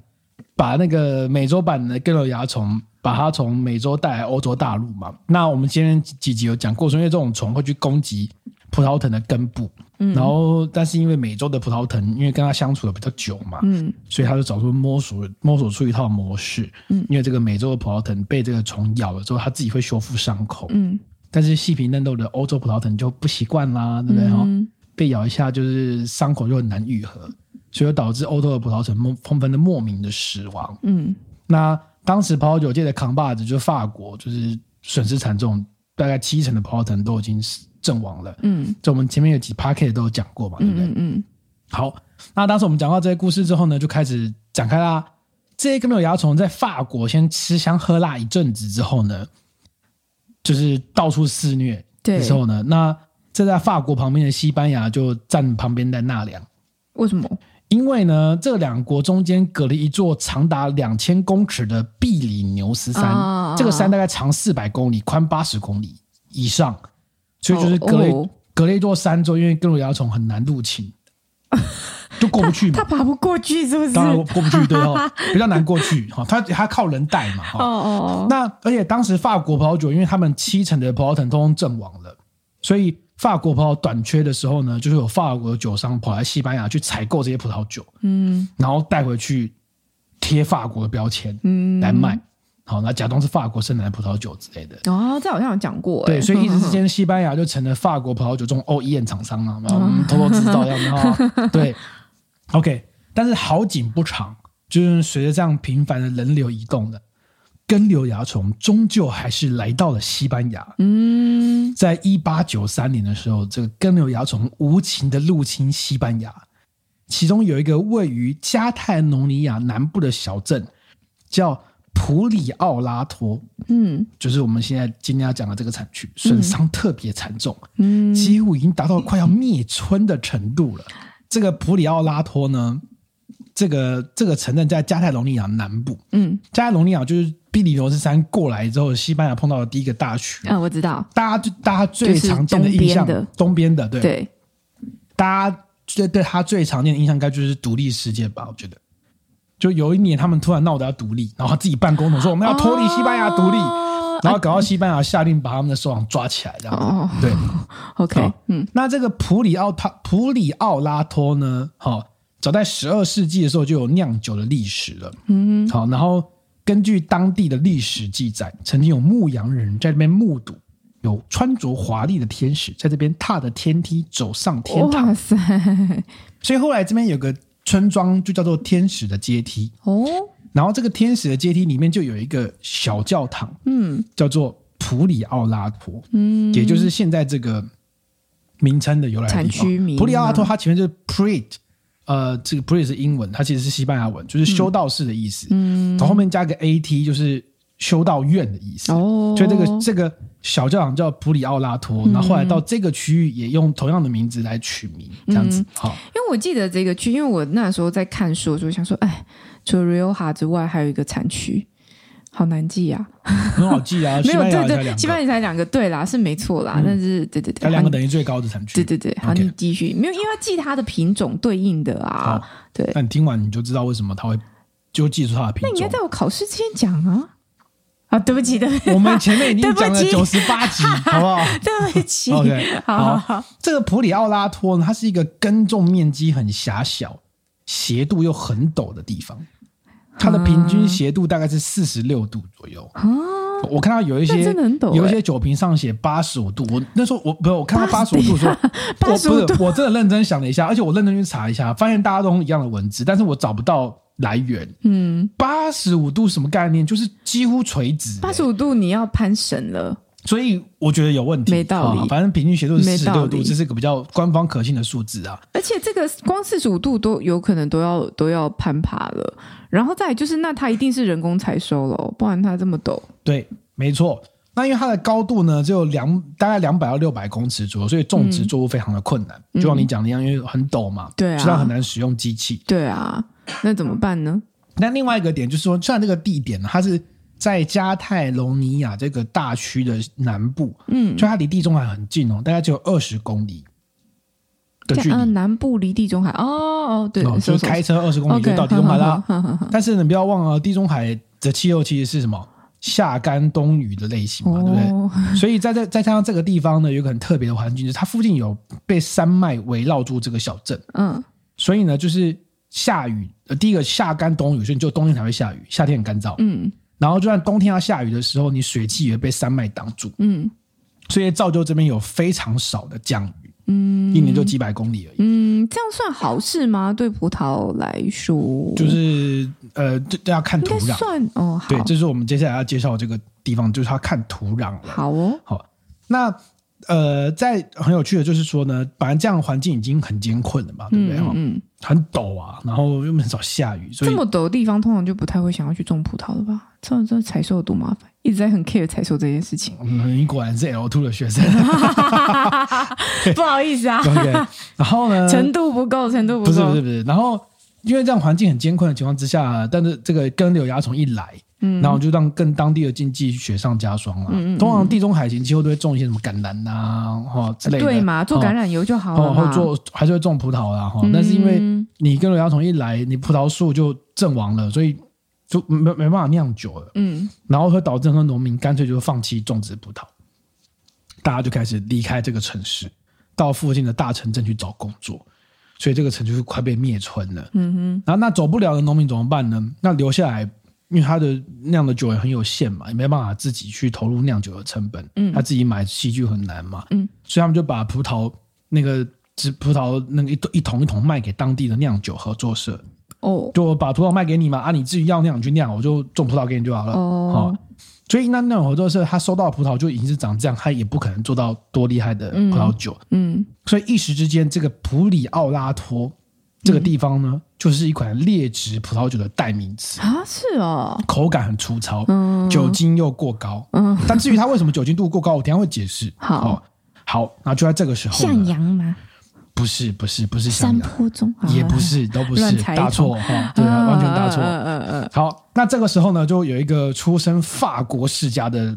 Speaker 2: 把那个美洲版的根瘤蚜虫，把它从美洲带来欧洲大陆嘛。那我们前面几集有讲过，说因为这种虫会去攻击葡萄藤的根部，
Speaker 1: 嗯
Speaker 2: 然后但是因为美洲的葡萄藤，因为跟它相处的比较久嘛，
Speaker 1: 嗯
Speaker 2: 所以他就找出摸索摸索出一套模式。
Speaker 1: 嗯
Speaker 2: 因为这个美洲的葡萄藤被这个虫咬了之后，它自己会修复伤口，
Speaker 1: 嗯，
Speaker 2: 但是细皮嫩肉的欧洲葡萄藤就不习惯啦，对不对？哦、
Speaker 1: 嗯
Speaker 2: 被咬一下就是伤口就很难愈合，所以就导致欧洲的葡萄藤纷纷纷的莫名的死亡。
Speaker 1: 嗯
Speaker 2: 那当时葡萄酒界的扛把子就是法国，就是损失惨重，大概七成的葡萄藤都已经死阵亡了。
Speaker 1: 嗯
Speaker 2: 这我们前面有几 p a c k e t 都有讲过嘛，对不对？
Speaker 1: 嗯嗯
Speaker 2: 好，那当时我们讲到这些故事之后呢，就开始展开啦。这些根本有蚜虫在法国先吃香喝辣一阵子之后呢，就是到处肆虐。
Speaker 1: 对
Speaker 2: 的时候呢，那这在法国旁边的西班牙就占旁边的纳凉，
Speaker 1: 为什么？
Speaker 2: 因为呢，这两国中间隔了一座长达两千公尺的比里牛斯山，
Speaker 1: 啊
Speaker 2: 这个山大概长四百公里，宽八十公里以上，所以就是隔了一、
Speaker 1: 哦哦 他。爬不过去是不是？
Speaker 2: 当然过不去，对 哦，比较难过去哈。它它靠人带嘛
Speaker 1: 哦
Speaker 2: 哈。
Speaker 1: 哦哦，
Speaker 2: 那而且当时法国葡萄酒，因为他们七成的葡萄藤都通阵亡了，所以法国葡萄短缺的时候呢，就是有法国酒商跑来西班牙去采购这些葡萄酒，
Speaker 1: 嗯
Speaker 2: 然后带回去贴法国的标签
Speaker 1: 嗯，
Speaker 2: 来卖，好，那假装是法国生产的葡萄酒之类的。
Speaker 1: 哦，这好像有讲过欸，
Speaker 2: 对，所以一时之间，西班牙就成了法国葡萄酒这种 OEM 厂商了，然后我们偷偷制造这样子哈。对，OK，但是好景不长，就是随着这样频繁的人流移动的根瘤蚜虫，终究还是来到了西班牙。
Speaker 1: 嗯
Speaker 2: 在一八九三年的时候，这个根瘤蚜虫无情的入侵西班牙，其中有一个位于加泰隆尼亚南部的小镇叫普里奥拉托。
Speaker 1: 嗯
Speaker 2: 就是我们现在今天要讲的这个产区，损伤特别惨重，
Speaker 1: 嗯
Speaker 2: 几乎已经达到快要灭村的程度了。这个普里奥拉托呢，这个这个城镇在加泰隆尼亚南部，
Speaker 1: 嗯
Speaker 2: 加泰隆尼亚就是比利牛斯山过来之后，西班牙碰到的第一个大区。
Speaker 1: 啊，我知道，
Speaker 2: 大家就大家最
Speaker 1: 就是
Speaker 2: 常见的
Speaker 1: 东
Speaker 2: 印
Speaker 1: 边
Speaker 2: 象，
Speaker 1: 的
Speaker 2: 东边的对，
Speaker 1: 对，
Speaker 2: 大家对对他最常见的印象，应该就是独立事件吧？我觉得，就有一年他们突然闹得要独立，然后他自己办公统说我们要脱离西班牙独立，
Speaker 1: 哦
Speaker 2: 然后搞到西班牙下令把他们的首长抓起来，这样子。
Speaker 1: 哦
Speaker 2: 对，
Speaker 1: OK，
Speaker 2: 好
Speaker 1: 嗯
Speaker 2: 那这个普里奥他普里奥拉托呢，好、早在十二世纪的时候就有酿酒的历史了。
Speaker 1: 嗯
Speaker 2: 好，然后根据当地的历史记载，曾经有牧羊人在这边目睹有穿着华丽的天使在这边踏着天梯走上天
Speaker 1: 哼，
Speaker 2: 堂，
Speaker 1: 哇塞，
Speaker 2: 所以后来这边有个村庄就叫做天使的阶梯，
Speaker 1: 哦，
Speaker 2: 然后这个天使的阶梯里面就有一个小教堂，
Speaker 1: 嗯
Speaker 2: 叫做普里奥拉托，
Speaker 1: 嗯，
Speaker 2: 也就是现在这个名称的由来的地
Speaker 1: 产区名
Speaker 2: 方。
Speaker 1: 吗
Speaker 2: 普里奥拉托它前面就是 Prit，呃，这个 Prit 是英文，它其实是西班牙文，就是修道士的意思。
Speaker 1: 嗯
Speaker 2: 然后后面加个 AT，就是修道院的意思。
Speaker 1: 哦，
Speaker 2: 所以这个这个小教堂叫普里奥拉
Speaker 1: 嗯
Speaker 2: 托，然后后来到这个区域也用同样的名字来取名，这样
Speaker 1: 嗯
Speaker 2: 子。好，
Speaker 1: 因为我记得这个区，因为我那时候在看书的时候想说，哎，除了 Rioja 之外，还有一个产区，好难记啊。
Speaker 2: 很好记 啊。
Speaker 1: 没有，
Speaker 2: 西班
Speaker 1: 对
Speaker 2: 牙才两
Speaker 1: 对，
Speaker 2: 个
Speaker 1: 西班牙才两个，对啦，是没错啦。但是，对对
Speaker 2: 才
Speaker 1: 对，
Speaker 2: 两个
Speaker 1: 好
Speaker 2: 等于最高的产区。
Speaker 1: 对对对，好，
Speaker 2: OK
Speaker 1: 你继续，没有，因为要记它的品种对应的啊。对，
Speaker 2: 那你听完你就知道为什么他会就记住它的品
Speaker 1: 那你应该
Speaker 2: 种。
Speaker 1: 在我考试之前讲啊。啊，对不起，对不起，
Speaker 2: 我们前面已
Speaker 1: 对
Speaker 2: 经
Speaker 1: 不起
Speaker 2: 讲了九十八 集，好不好？
Speaker 1: 对不起
Speaker 2: OK，。
Speaker 1: 好
Speaker 2: 好
Speaker 1: 好，
Speaker 2: 这个普里奥拉托呢，它是一个耕种面积很狭小、斜度又很陡的地方，它的平
Speaker 1: 嗯
Speaker 2: 均斜度大概是四十六度左右。
Speaker 1: 啊，
Speaker 2: 我看到有一
Speaker 1: 那
Speaker 2: 些
Speaker 1: 真的很陡欸
Speaker 2: 有一些酒瓶上写八十五度，我那时候我不是我看到八十五度 的时候，我不
Speaker 1: 85
Speaker 2: 是我真的认真想了一下，而且我认真去查一下，发现大家都用一样的文字，但是我找不到来源。
Speaker 1: 嗯，
Speaker 2: 八十五度什么概念？就是几乎垂直、
Speaker 1: 八十五度你要攀绳了。
Speaker 2: 所以我觉得有问题，
Speaker 1: 没道理
Speaker 2: 啊反正平均斜度是
Speaker 1: 没
Speaker 2: 四十
Speaker 1: 道
Speaker 2: 六
Speaker 1: 理
Speaker 2: 度，这是个比较官方可信的数字啊。
Speaker 1: 而且这个光四十五度都有可能都要都要攀爬了，然后再来就是那它一定是人工采收了，不然它这么陡，
Speaker 2: 对，没错。那因为它的高度呢，只有两大概两百到六百公尺左右，所以
Speaker 1: 嗯
Speaker 2: 种植作物非常的困难。就像你讲的一样，因为很陡嘛，
Speaker 1: 对啊
Speaker 2: 所以它很难使用机器。
Speaker 1: 对啊，那怎么办呢？
Speaker 2: 那另外一个点就是说，虽然这个地点呢它是在加泰隆尼亚这个大区的南部，
Speaker 1: 嗯，
Speaker 2: 就它离地中海很近哦，大概只有二十公里的距
Speaker 1: 啊，
Speaker 2: 离。
Speaker 1: 南部离地中海，哦哦，对，
Speaker 2: 哦，就
Speaker 1: 搜
Speaker 2: 是开车二十公里
Speaker 1: OK，
Speaker 2: 就到地中海啦。
Speaker 1: 好好好好好
Speaker 2: 但是你不要忘了，地中海的气候其实是什么夏干冬雨的类型嘛，对不对？
Speaker 1: 哦，
Speaker 2: 所以在这再加上这个地方呢，有一个很特别的环境，就是它附近有被山脉围绕住这个小镇，
Speaker 1: 嗯
Speaker 2: 所以呢，就是下雨。呃，第一个夏干冬雨，所以你就冬天才会下雨，夏天很干燥。
Speaker 1: 嗯
Speaker 2: 然后就算冬天要下雨的时候，你水汽也会被山脉挡住，
Speaker 1: 嗯
Speaker 2: 所以造就这边有非常少的降雨，嗯，一年就几百公里而已。
Speaker 1: 嗯，这样算好事吗？对葡萄来说，
Speaker 2: 就是呃，这这要看
Speaker 1: 应
Speaker 2: 土
Speaker 1: 该
Speaker 2: 壤。
Speaker 1: 算哦，好
Speaker 2: 对，，这是我们接下来要介绍的这个地方，就是它看土壤了。
Speaker 1: 好哦，
Speaker 2: 好，那呃，在很有趣的就是说呢，本来这样的环境已经很艰困了嘛，对不对？
Speaker 1: 嗯
Speaker 2: 哈、
Speaker 1: 嗯，
Speaker 2: 很陡啊，然后又很少下雨，所
Speaker 1: 这
Speaker 2: 以，
Speaker 1: 么陡的地方通常就不太会想要去种葡萄了吧？这样这采收有多麻烦，一直在很 care 采收这件事情
Speaker 2: 嗯，你果然是 L two 的学生。
Speaker 1: 不好意 思啊，
Speaker 2: OK，然后呢？
Speaker 1: 程度不够，程度
Speaker 2: 呃不是
Speaker 1: 够，
Speaker 2: 不是不是，然后因为这样环境很艰困的情况之下，但是这个根瘤蚜虫一来，嗯，然后就让更当地的经济雪上加霜了。
Speaker 1: 嗯
Speaker 2: 通常地中海型气候都会种一些什么橄榄呐、啊，哦之类的，
Speaker 1: 对嘛？做橄
Speaker 2: 哦。
Speaker 1: 榄油就好
Speaker 2: 哦，
Speaker 1: 了
Speaker 2: 或
Speaker 1: 嘛，
Speaker 2: 做还是会种葡萄啦，哈、但是因为
Speaker 1: 嗯
Speaker 2: 你根瘤蚜虫一来，你葡萄树就阵亡了，所以就没没办法酿酒了，
Speaker 1: 嗯
Speaker 2: 然后会导致很多农民干脆就放弃种植葡萄，大家就开始离开这个城市，到附近的大城镇去找工作，所以这个城就快被灭村了。
Speaker 1: 嗯哼
Speaker 2: 然后那走不了的农民怎么办呢？那留下来，因为他的酿的酒也很有限嘛，也没办法自己去投入酿酒的成本，
Speaker 1: 嗯
Speaker 2: 他自己买器具很难嘛，
Speaker 1: 嗯，
Speaker 2: 所以他们就把葡萄那个只葡萄那个一一桶一桶卖给当地的酿酒合作社，
Speaker 1: 哦
Speaker 2: 就我把葡萄卖给你嘛，啊，你自己要酿你去酿，我就种葡萄给你就好了，好、
Speaker 1: 哦，
Speaker 2: 所以那那种合作社，他收到的葡萄就已经是长这样，他也不可能做到多厉害的葡萄酒，
Speaker 1: 嗯
Speaker 2: 所以一时之间，这个普里奥拉托这个地方呢，
Speaker 1: 嗯
Speaker 2: 就是一款劣质葡萄酒的代名词，
Speaker 1: 啊是哦，
Speaker 2: 口感很粗糙，
Speaker 1: 嗯
Speaker 2: 酒精又过高。
Speaker 1: 嗯，
Speaker 2: 但至于它为什么酒精度过高，我等一下会解释。
Speaker 1: 好
Speaker 2: 哦好，那就在这个时候
Speaker 1: 向
Speaker 2: 呢，
Speaker 1: 阳嘛，
Speaker 2: 不是不是不是
Speaker 1: 山
Speaker 2: 啊向阳，
Speaker 1: 坡中啊
Speaker 2: 也不，是都不是
Speaker 1: 乱猜，一通
Speaker 2: 大错哈，对啊，完全大错。
Speaker 1: 嗯嗯嗯，
Speaker 2: 好，那这个时候呢，就有一个出身法国世家的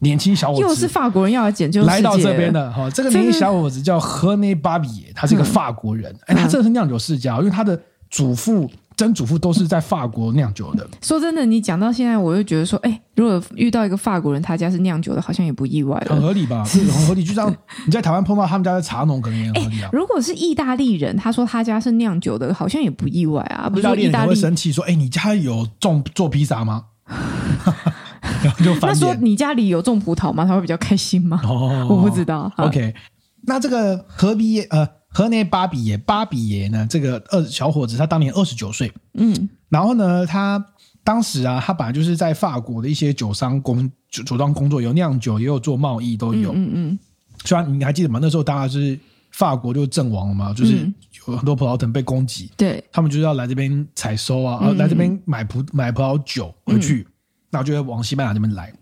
Speaker 2: 年轻小伙子，
Speaker 1: 又是法国人要来拯救世界
Speaker 2: 哦来到这边，的哈、这个年轻小伙子叫赫内巴比耶，他是一个法国人，哎、他真的是酿酒世家，因为他的祖父、曾祖父都是在法国酿酒的，
Speaker 1: 说真的，你讲到现在，我就觉得说，哎，如果遇到一个法国人，他家是酿酒的，好像也不意外
Speaker 2: 很
Speaker 1: 了。
Speaker 2: 合 理吧？是很合理。就像你在台湾碰到他们家的茶农，可能也很合理啊。
Speaker 1: 哎如果是意大利人，他说他家是酿酒的，好像也不意外啊。不
Speaker 2: 哦意
Speaker 1: 是
Speaker 2: 大
Speaker 1: 说
Speaker 2: 利
Speaker 1: 意
Speaker 2: 人可
Speaker 1: 大
Speaker 2: 能
Speaker 1: 利
Speaker 2: 会，生气说：“哎、你家有种做披萨吗？” 然后就
Speaker 1: 那
Speaker 2: 翻
Speaker 1: 说
Speaker 2: 脸。
Speaker 1: 你家里有种葡萄吗？他会比较开心吗？
Speaker 2: 哦
Speaker 1: 我不知道。啊好
Speaker 2: OK，那这个何比耶呃河内巴比耶巴比耶呢？这个二小伙子他当年二十九岁，
Speaker 1: 嗯
Speaker 2: 然后呢，他当时啊，他本来就是在法国的一些酒商工酒酒庄工作，有酿酒，也有做贸易，都有。
Speaker 1: 嗯嗯
Speaker 2: 虽然你还记得吗？那时候大家是法国就阵亡了嘛，就是
Speaker 1: 嗯
Speaker 2: 有很多葡萄藤被攻击，
Speaker 1: 对，
Speaker 2: 他们就是要来这边采收啊，
Speaker 1: 嗯
Speaker 2: 呃来这边买葡买葡萄酒回去，那、就会往西班牙这边来。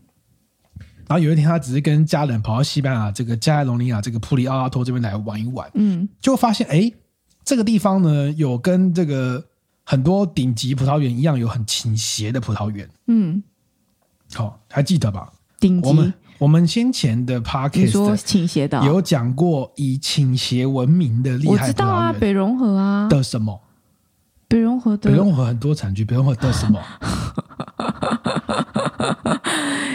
Speaker 2: 然后有一天，他只是跟家人跑到西班牙这个加泰隆尼亚这个普里奥拉托这边来玩一玩，
Speaker 1: 嗯
Speaker 2: 就发现哎，诶这个地方呢有跟这个很多顶级葡萄园一样，有很倾斜的葡萄园。
Speaker 1: 嗯，
Speaker 2: 好、还记得吧？
Speaker 1: 顶
Speaker 2: 我
Speaker 1: 级
Speaker 2: 们。我们先前的 p a r k
Speaker 1: 你
Speaker 2: a s
Speaker 1: 说
Speaker 2: t
Speaker 1: 倾斜的啊，
Speaker 2: 有讲过以倾斜闻名的厉
Speaker 1: 我
Speaker 2: 害
Speaker 1: 知
Speaker 2: 葡
Speaker 1: 道啊，
Speaker 2: 萄园
Speaker 1: 北融河啊，
Speaker 2: 的什么？
Speaker 1: 北融河
Speaker 2: 北
Speaker 1: 的。
Speaker 2: 融河很多产区，北融河 的什么？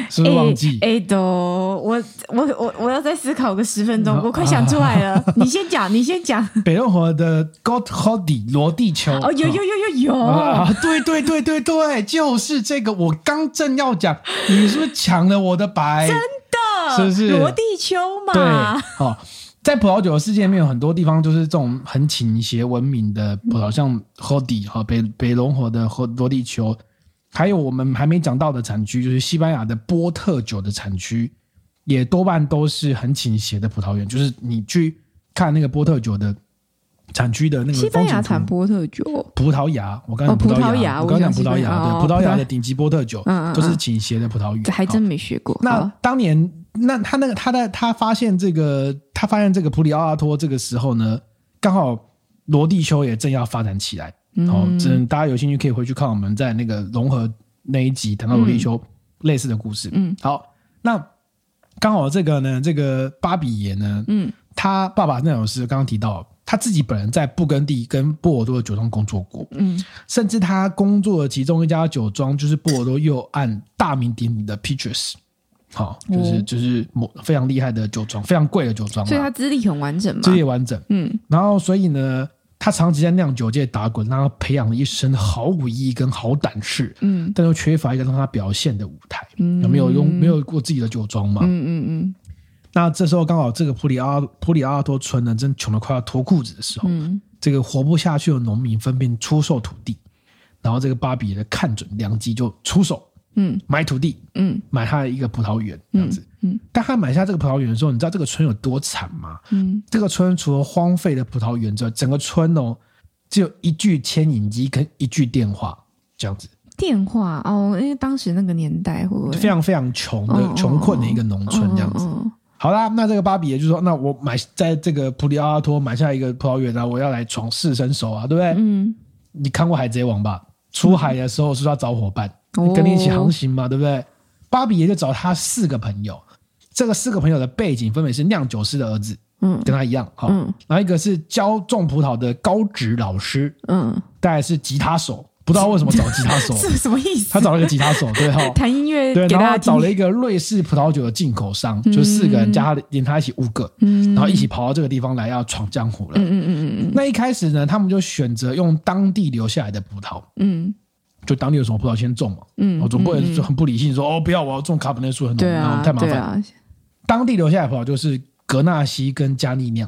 Speaker 2: 是不是忘记？
Speaker 1: 哎都，我我我我要再思考个十分钟，
Speaker 2: 嗯
Speaker 1: 我快想出来 了。你先讲，你先讲。
Speaker 2: 北融河的 God Hody 罗地球
Speaker 1: 哦，有有有有有，
Speaker 2: 啊，对对对对对，就是这个。我刚正要讲，你是不是抢了我的白？真
Speaker 1: 的
Speaker 2: 是不是
Speaker 1: 罗地丘
Speaker 2: 对
Speaker 1: 嘛？，
Speaker 2: 哦，在葡萄酒的世界里面，有很多地方就是这种很倾斜闻名的葡萄，像 Hody 和北北龙河的和罗地球，还有我们还没讲到的产区，就是西班牙的波特酒的产区，也多半都是很倾斜的葡萄园。就是你去看那个波特酒的产区的那个
Speaker 1: 西班
Speaker 2: 风景
Speaker 1: 牙
Speaker 2: 图
Speaker 1: 产波特酒，
Speaker 2: 葡萄牙，我刚刚
Speaker 1: 哦
Speaker 2: 讲葡
Speaker 1: 葡
Speaker 2: 萄
Speaker 1: 萄牙
Speaker 2: 我刚刚讲
Speaker 1: 我想
Speaker 2: 葡萄
Speaker 1: 西班
Speaker 2: 牙，
Speaker 1: 牙哦
Speaker 2: 对，葡萄牙
Speaker 1: 葡萄
Speaker 2: 的顶级波特酒
Speaker 1: 嗯嗯嗯
Speaker 2: 都是倾斜的葡萄
Speaker 1: 这
Speaker 2: 园，
Speaker 1: 还真
Speaker 2: 哦
Speaker 1: 没学过。
Speaker 2: 那
Speaker 1: 好
Speaker 2: 当年，那他那个他在他发现这个他发现这个普里奥拉托这个时候呢，刚好罗地丘也正要发展起来。哦，真大家有兴趣可以回去看我们在那个融合那一集谈到罗地丘类似的故事。嗯，好，那刚好这个呢，这个巴比爷呢，嗯，他爸爸那老师刚刚提到，他自己本人在布根地跟波尔多的酒庄工作过，嗯，甚至他工作的其中一家酒庄就是波尔多右岸大名鼎鼎的 Peaches。好，就是、
Speaker 1: 哦
Speaker 2: 就是某非常厉害的酒庄，非常贵的酒庄啦，
Speaker 1: 所以他资历很完整嘛
Speaker 2: 这。也完整。
Speaker 1: 嗯，
Speaker 2: 然后所以呢，他长期在酿酒界打滚，让他培养了一身好武艺跟好胆识，
Speaker 1: 嗯，
Speaker 2: 但又缺乏一个让他表现的舞台，嗯，没有用，没有过自己的酒庄嘛，嗯嗯嗯。那这时候刚好这个普里阿普里阿拉多村呢，真穷的快要脱裤子的时候，
Speaker 1: 嗯
Speaker 2: 这个活不下去的农民分辨出售土地，然后这个巴比的看准良机就出手
Speaker 1: 嗯
Speaker 2: 买土地，
Speaker 1: 嗯，
Speaker 2: 买他的一个葡萄园这样子。
Speaker 1: 嗯嗯
Speaker 2: 当他买下这个葡萄园的时候，你知道这个村有多惨吗？
Speaker 1: 嗯，
Speaker 2: 这个村除了荒废的葡萄园之外，整个村哦只有一具牵引机跟一句电话这样子，
Speaker 1: 电话哦，因为当时那个年代会不会
Speaker 2: 非常非常穷的、
Speaker 1: 哦
Speaker 2: 穷困的一个农村这样子。
Speaker 1: 哦
Speaker 2: 好啦，那这个巴比也就说，那我买在这个普里奥拉托买下一个葡萄园啊，我要来闯世身手啊，对不对？
Speaker 1: 嗯，
Speaker 2: 你看过《海贼王》吧？出海的时候是不是要找伙伴，
Speaker 1: 哦
Speaker 2: 跟你一起航行嘛，对不对？巴比也就找他四个朋友，这个四个朋友的背景分别是酿酒师的儿子，
Speaker 1: 嗯
Speaker 2: 跟他一样，好、
Speaker 1: 嗯
Speaker 2: 然后一个是教种葡萄的高职老师，
Speaker 1: 嗯，，
Speaker 2: 大概是吉他手，不知道为什么找吉他手
Speaker 1: 这什么意思？
Speaker 2: 他找了一个吉他手，对 哈、
Speaker 1: 弹音乐
Speaker 2: 对，
Speaker 1: 给
Speaker 2: 然
Speaker 1: 大家
Speaker 2: 后找
Speaker 1: 听嗯
Speaker 2: 了一个瑞士葡萄酒的进口商，就四个人加他的连他一起五个，然后一起跑到这个地方来要闯江湖了。
Speaker 1: 嗯嗯嗯
Speaker 2: 那一开始呢，他们就选择用当地留下来的葡萄，
Speaker 1: 嗯
Speaker 2: 就当地有什么葡萄先种嘛。
Speaker 1: 嗯
Speaker 2: 我总不能就很不理性说哦，不要，哦我要种卡本内苏很
Speaker 1: 嗯，
Speaker 2: 浓，
Speaker 1: 对
Speaker 2: 然
Speaker 1: 啊
Speaker 2: 后太麻
Speaker 1: 对
Speaker 2: 烦。
Speaker 1: 啊，
Speaker 2: 当地留下来的葡萄就是格纳西跟加利酿，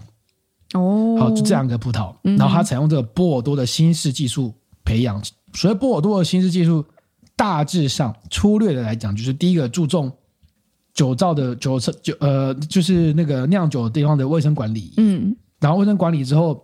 Speaker 1: 哦，嗯
Speaker 2: 好，就这两个葡萄，然后他采用这个波尔多的新式技术培养。所以波尔多的新式技术，大致上粗略的来讲，就是第一个注重酒造的酒测酒呃，就是那个酿酒地方的卫生管理，
Speaker 1: 嗯
Speaker 2: 然后卫生管理之后，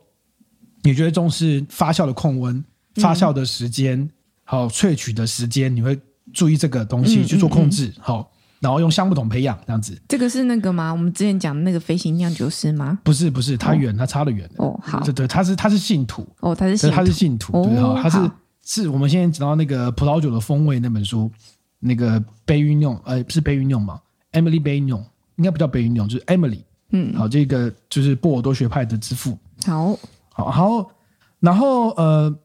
Speaker 2: 你觉得重视发酵的控温、
Speaker 1: 嗯
Speaker 2: 发酵的时间，好、萃取的时间，你会注意这个东西
Speaker 1: 嗯
Speaker 2: 去做控制，好、然后用橡木桶培养这样子。
Speaker 1: 这个是那个吗？我们之前讲的那个飞行酿酒师吗？
Speaker 2: 不是不是，他远，他差得远的。
Speaker 1: 哦，好，
Speaker 2: 对对，他是他是信徒，
Speaker 1: 哦，他是
Speaker 2: 所
Speaker 1: 信
Speaker 2: 以他
Speaker 1: 徒
Speaker 2: 是信徒，
Speaker 1: 哦
Speaker 2: 对哈，他是
Speaker 1: 好
Speaker 2: 是我们现在讲到那个葡萄酒的风味那本书，那个杯运用，呃，是杯运用嘛？Emily 杯运用应该不叫杯运用，就是 Emily，
Speaker 1: 嗯，
Speaker 2: 好，这个就是波尔多学派的之父，
Speaker 1: 好，
Speaker 2: 好，然后然后呃，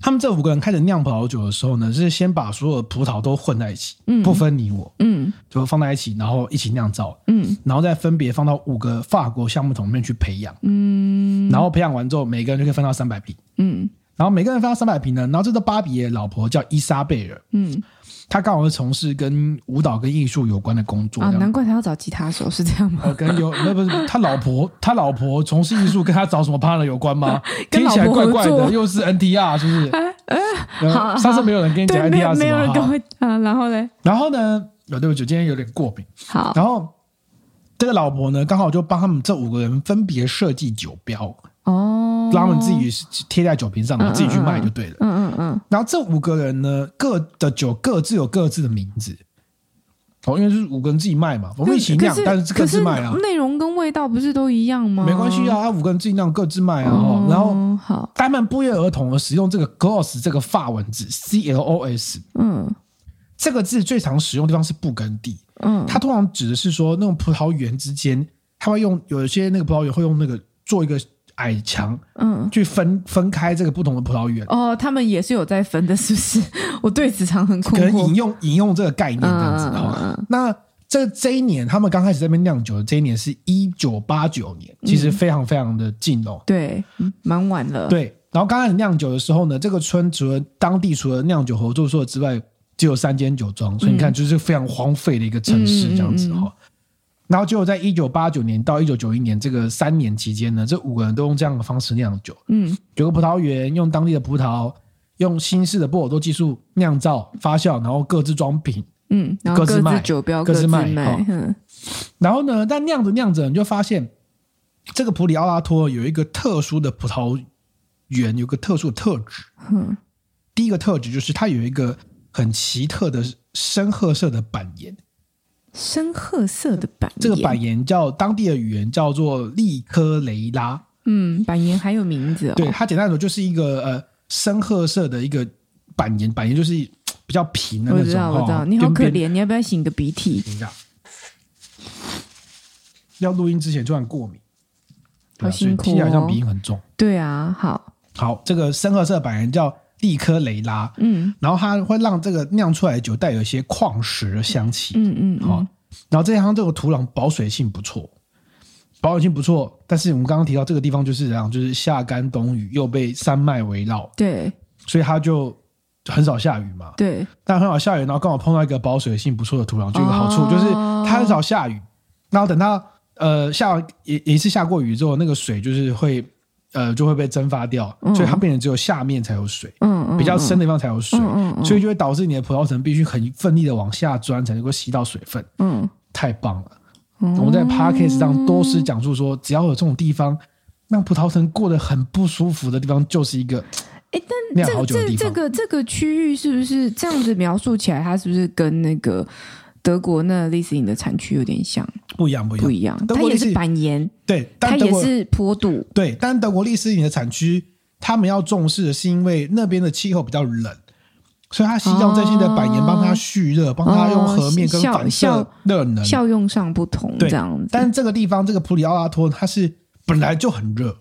Speaker 2: 他们这五个人开始酿葡萄酒的时候呢，是先把所有的葡萄都混在一起，不分你我，
Speaker 1: 嗯
Speaker 2: 就放在一起，然后一起酿造，
Speaker 1: 嗯
Speaker 2: 然后再分别放到五个法国橡木桶里面去培养，嗯，然后培养完之后，每个人就可以分到三百瓶。
Speaker 1: 嗯
Speaker 2: 然后每个人分到三百瓶呢，然后这个芭比的老婆叫伊莎贝尔，
Speaker 1: 嗯
Speaker 2: 她刚好是从事跟舞蹈跟艺术有关的工作，
Speaker 1: 啊，
Speaker 2: 这样
Speaker 1: 难怪他要找吉他手是这样吗？
Speaker 2: 呃，跟有 那不是他老婆，他老婆从事艺术跟他找什么 partner 有关吗？
Speaker 1: 跟
Speaker 2: 听起来
Speaker 1: 老婆
Speaker 2: 怪
Speaker 1: 合
Speaker 2: 怪
Speaker 1: 作啊
Speaker 2: 的，又是 NTR 是不 是？呃
Speaker 1: 好
Speaker 2: 上次没有人跟你讲
Speaker 1: 对，没有
Speaker 2: NTR
Speaker 1: 没有
Speaker 2: 什
Speaker 1: 人
Speaker 2: 么
Speaker 1: 跟
Speaker 2: 哈
Speaker 1: 我啊，然后嘞，
Speaker 2: 然后呢，有对不起，今天有点过敏。
Speaker 1: 好，
Speaker 2: 然后这个老婆呢，刚好就帮他们这五个人分别设计酒标，
Speaker 1: 哦，
Speaker 2: 让他们自己贴在酒瓶上，然后自己去卖就对了。
Speaker 1: 嗯嗯嗯，
Speaker 2: 然后这五个人呢，各的酒各自有各自的名字，哦，因为是五个人自己卖嘛，我们一起
Speaker 1: 可
Speaker 2: 酿，
Speaker 1: 是
Speaker 2: 但是各
Speaker 1: 可
Speaker 2: 自
Speaker 1: 是
Speaker 2: 卖啊，
Speaker 1: 内容跟味道不是都一样吗？
Speaker 2: 没关系啊，啊五个人自己酿，各自卖啊。哦
Speaker 1: 哦，
Speaker 2: 然后
Speaker 1: 好，
Speaker 2: 他们不约而同的使用这个 gloss 这个法文字 C L O S
Speaker 1: 嗯
Speaker 2: 这个字最常使用的地方是布根地，
Speaker 1: 嗯，
Speaker 2: 它通常指的是说那种葡萄园之间，它会用有一些那个葡萄园会用那个做一个矮墙
Speaker 1: 嗯。
Speaker 2: 去分分开这个不同的葡萄园，
Speaker 1: 哦，他们也是有在分的，是不 是？我对职场很困
Speaker 2: 可能引
Speaker 1: 惑。
Speaker 2: 用引用这个概念这样子
Speaker 1: 嗯嗯
Speaker 2: 哈、
Speaker 1: 嗯
Speaker 2: 那这这一年，他们刚开始在那边酿酒的这一年是一九八九年，其
Speaker 1: 嗯
Speaker 2: 实非常非常的近哦。
Speaker 1: 对，嗯蛮晚了。，
Speaker 2: 对，然后刚开始酿酒的时候呢，这个村除了当地除了酿酒合作社之外，只有三间酒庄，所以你看就是非常荒废的一个城市这样子哈、然后结果在一九八九年到一九九一年这个三年期间呢，这五个人都用这样的方式酿酒，
Speaker 1: 嗯
Speaker 2: 有个葡萄园，用当地的葡萄，用新式的波尔多技术酿造、发酵，然后各自装瓶。
Speaker 1: 嗯，然后
Speaker 2: 各自
Speaker 1: 各
Speaker 2: 卖
Speaker 1: 自酒标
Speaker 2: 各自
Speaker 1: 自
Speaker 2: 卖哦
Speaker 1: 卖，嗯
Speaker 2: 然后呢，但酿着酿着，你就发现这个啊普里奥拉托有一个特殊的葡萄园，有个特殊的特质。
Speaker 1: 嗯
Speaker 2: 第一个特质就是它有一个很奇特的深褐色的板岩，
Speaker 1: 深褐色的板，
Speaker 2: 这个板，岩叫当地的语言叫做利科雷拉，
Speaker 1: 嗯，板岩还有名字哦。
Speaker 2: 对，它简单来说就是一个呃深褐色的一个板岩，板岩就是嘖比较平的
Speaker 1: 我
Speaker 2: 那
Speaker 1: 知
Speaker 2: 种
Speaker 1: 道，我知道，
Speaker 2: 哈，
Speaker 1: 你好可
Speaker 2: 边边
Speaker 1: 怜，你要不要擤个鼻涕？
Speaker 2: 停一下。要录音之前突然过敏，对啊
Speaker 1: 好辛苦
Speaker 2: 所以听起来好像
Speaker 1: 哦
Speaker 2: 鼻音很重。
Speaker 1: 对啊，好，
Speaker 2: 好，这个深褐色板人叫利科雷拉，
Speaker 1: 嗯
Speaker 2: 然后它会让这个酿出来的酒带有一些矿石的香气。
Speaker 1: 嗯嗯，
Speaker 2: 好、
Speaker 1: 嗯，
Speaker 2: 然后这样这个土壤保水性不错，保水性不错，但是我们刚刚提到这个地方就是这样，就是下干冬雨，又被山脉围绕，
Speaker 1: 对
Speaker 2: 所以它就很少下雨嘛。
Speaker 1: 对，
Speaker 2: 但很少下雨，然后刚好碰到一个保水性不错的土壤，就有一个好处、
Speaker 1: 哦
Speaker 2: 就是它很少下雨，然后等它呃下也也是下过雨之后，那个水就是会呃就会被蒸发掉，
Speaker 1: 嗯
Speaker 2: 所以它变成只有下面才有水，
Speaker 1: 嗯嗯，
Speaker 2: 比较深的地方才有水，
Speaker 1: 嗯，嗯嗯
Speaker 2: 所以就会导致你的葡萄藤必须很奋力的往下钻才能够吸到水分，
Speaker 1: 嗯，
Speaker 2: 太棒了。
Speaker 1: 嗯
Speaker 2: 我们在 podcast 上多是讲述说，只要有这种地方，让葡萄藤过得很不舒服的地方，就是一个
Speaker 1: 哎，
Speaker 2: 酿
Speaker 1: 这
Speaker 2: 好酒的
Speaker 1: 这
Speaker 2: 地
Speaker 1: 这
Speaker 2: 方。
Speaker 1: 个这个区域是不是这样子描述起来？它是不是跟那个德国那丽斯饮的产区有点像？
Speaker 2: 不一样，不一
Speaker 1: 不
Speaker 2: 样。
Speaker 1: 一样，
Speaker 2: 德
Speaker 1: 它
Speaker 2: 国
Speaker 1: 也
Speaker 2: 利斯
Speaker 1: 是板岩，
Speaker 2: 对，
Speaker 1: 它
Speaker 2: 但德
Speaker 1: 也
Speaker 2: 国
Speaker 1: 是坡度，
Speaker 2: 对，但德国利斯饮的产区，他们要重视的是因为那边的气候比较冷。所以它吸用这些的板岩
Speaker 1: 哦
Speaker 2: 帮它蓄热，帮它用河面跟
Speaker 1: 效
Speaker 2: 反射
Speaker 1: 效
Speaker 2: 热能。
Speaker 1: 效用上不同，
Speaker 2: 嗯对
Speaker 1: 这样子。
Speaker 2: 但这个地方，这个普里奥拉托，它是本来就很热，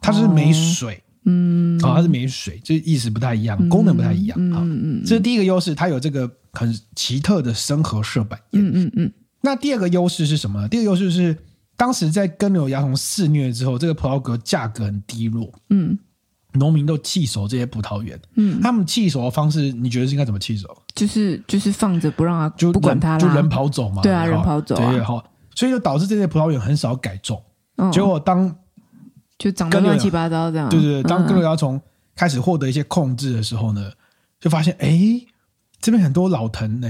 Speaker 2: 它是没水，
Speaker 1: 嗯
Speaker 2: 啊、它是没水，这意思不太一样，功能不太一样啊。
Speaker 1: 嗯嗯
Speaker 2: 这是第一个优势，它有这个很奇特的深褐色板岩。
Speaker 1: 嗯嗯嗯
Speaker 2: 那第二个优势是什么呢？第二个优势是，当时在根瘤蚜虫肆虐之后，这个葡萄格价格很低落，
Speaker 1: 嗯，
Speaker 2: 农民都弃守这些葡萄园。
Speaker 1: 嗯，
Speaker 2: 他们弃守的方式，你觉得是应该怎么弃守？
Speaker 1: 就是就是放着不让它，
Speaker 2: 就
Speaker 1: 不管
Speaker 2: 人
Speaker 1: 它啦，
Speaker 2: 就人跑走嘛。
Speaker 1: 对啊
Speaker 2: 好
Speaker 1: 人跑走啊
Speaker 2: 对好，所以就导致这些葡萄园很少改种。
Speaker 1: 嗯
Speaker 2: 结果当
Speaker 1: 就长得
Speaker 2: 跟着
Speaker 1: 乱七八糟这样。
Speaker 2: 对对对，当根瘤
Speaker 1: 嗯
Speaker 2: 蚜虫开始获得一些控制的时候呢，就发现诶，这边很多老藤呢、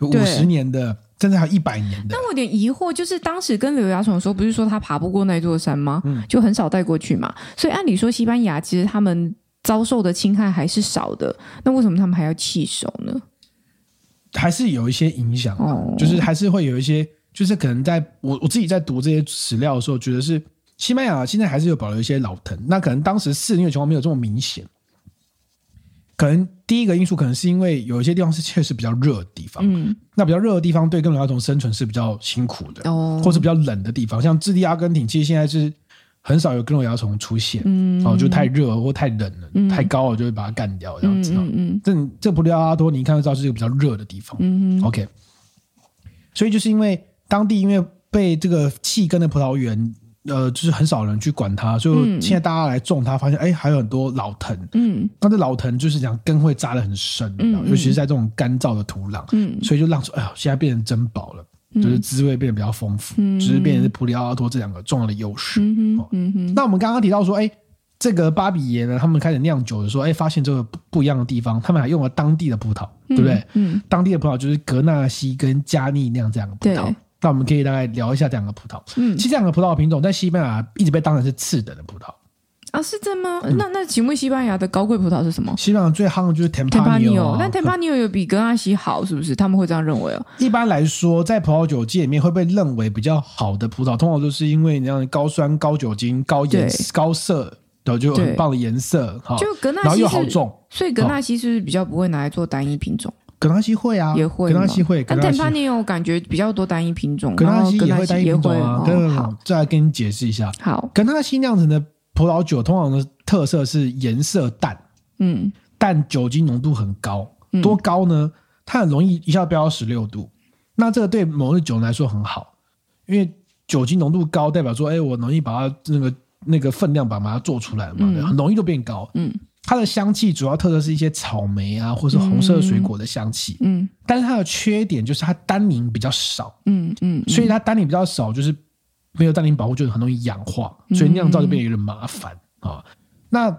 Speaker 2: 有五
Speaker 1: 对
Speaker 2: 十年的，甚至还有一百年的
Speaker 1: 但。我有点疑惑，就是当时跟瘤蚜虫的时候，不是说它爬不过那座山吗？
Speaker 2: 嗯
Speaker 1: 就很少带过去嘛。所以按理说，西班牙其实他们遭受的侵害还是少的，那为什么他们还要弃守呢？
Speaker 2: 还是有一些影响、啊，
Speaker 1: 哦
Speaker 2: 就是还是会有一些，就是可能在我我自己在读这些史料的时候，觉得是西班牙现在还是有保留一些老藤，那可能当时肆虐的情况没有这么明显。可能第一个因素可能是因为有一些地方是确实比较热的地方，
Speaker 1: 嗯，
Speaker 2: 那比较热的地方对根瘤蚜虫生存是比较辛苦的，
Speaker 1: 哦，
Speaker 2: 或是比较冷的地方，像智利、阿根廷，其实现在是很少有根瘤蚜虫出现，
Speaker 1: 嗯，
Speaker 2: 哦，就太热或太冷了，太高了就会把它干掉这样
Speaker 1: 嗯
Speaker 2: 子。哦
Speaker 1: 嗯嗯
Speaker 2: 这这普利奥拉多，你一看就知道是一个比较热的地方。
Speaker 1: 嗯
Speaker 2: OK，所以就是因为当地因为被这个弃根的葡萄园，呃，就是很少人去管它，所以现在大家来种它，发现哎还有很多老藤。
Speaker 1: 嗯
Speaker 2: 那这老藤就是讲根会扎得很深，
Speaker 1: 嗯
Speaker 2: 尤其是在这种干燥的土壤，
Speaker 1: 嗯
Speaker 2: 所以就让出哎呀，现在变成珍宝了，就是滋味变得比较丰富，
Speaker 1: 嗯
Speaker 2: 就是变成是普里奥拉多这两个重要的优势。
Speaker 1: 嗯嗯嗯嗯，
Speaker 2: 那我们刚刚提到说，哎，这个巴比爷呢，他们开始酿酒的时候，哎，发现这个不不一样的地方，他们还用了当地的葡萄，对不对？
Speaker 1: 嗯
Speaker 2: 当地的葡萄就是格纳西跟加利那样这两个葡萄
Speaker 1: 对。
Speaker 2: 那我们可以大概聊一下这两个葡萄。
Speaker 1: 嗯
Speaker 2: 其实这两个葡萄的品种在西班牙一直被当成是次等的葡萄。
Speaker 1: 啊，是这吗？
Speaker 2: 嗯
Speaker 1: 那那请问西班牙的高贵葡萄是什么？
Speaker 2: 西班牙最夯的就是
Speaker 1: t e m p a n i
Speaker 2: Tempranillo，
Speaker 1: o
Speaker 2: 啊、
Speaker 1: 但 t e m p a n i o 有比格纳西好，是不是？他们会这样认为哦。
Speaker 2: 一般来说，在葡萄酒界里面会被认为比较好的葡萄，通常都是因为你像高酸、高酒精、高颜、
Speaker 1: 对
Speaker 2: 高色，然后就有很
Speaker 1: 对
Speaker 2: 棒的颜色，哈，
Speaker 1: 就格纳
Speaker 2: 哦然后
Speaker 1: 西
Speaker 2: 又好
Speaker 1: 是，
Speaker 2: 种。
Speaker 1: 所以格纳西是不是比较不会拿来做单一品种？
Speaker 2: 格纳西会啊，
Speaker 1: 也会
Speaker 2: 格
Speaker 1: 吗
Speaker 2: 纳西会，格
Speaker 1: 但
Speaker 2: 纳
Speaker 1: t e
Speaker 2: 西
Speaker 1: m p a n i o 感觉比较多单一品种，
Speaker 2: 格
Speaker 1: 然
Speaker 2: 纳
Speaker 1: 后
Speaker 2: 西
Speaker 1: 格
Speaker 2: 也
Speaker 1: 纳
Speaker 2: 会单
Speaker 1: 西
Speaker 2: 一
Speaker 1: 也
Speaker 2: 品
Speaker 1: 会
Speaker 2: 种啊。
Speaker 1: 哦。
Speaker 2: 跟
Speaker 1: 好
Speaker 2: 再来跟你解释一下，
Speaker 1: 好，
Speaker 2: 格纳西酿成的葡萄酒通常的特色是颜色淡，
Speaker 1: 嗯
Speaker 2: 但酒精浓度很高，
Speaker 1: 嗯
Speaker 2: 多高呢？它很容易一下飙到十六度。那这个对某日酒人来说很好，因为酒精浓度高，代表说，哎、我容易把它那个那个分量把它做出来嘛，
Speaker 1: 嗯
Speaker 2: 很容易就变高。
Speaker 1: 嗯
Speaker 2: 它的香气主要特色是一些草莓啊，或是红色水果的香气，
Speaker 1: 嗯
Speaker 2: 但是它的缺点就是它单宁比较少。
Speaker 1: 嗯嗯，
Speaker 2: 所以它单宁比较少，就是没有单宁保护，就是很容易氧化，所以酿造就变得有点麻烦啊、那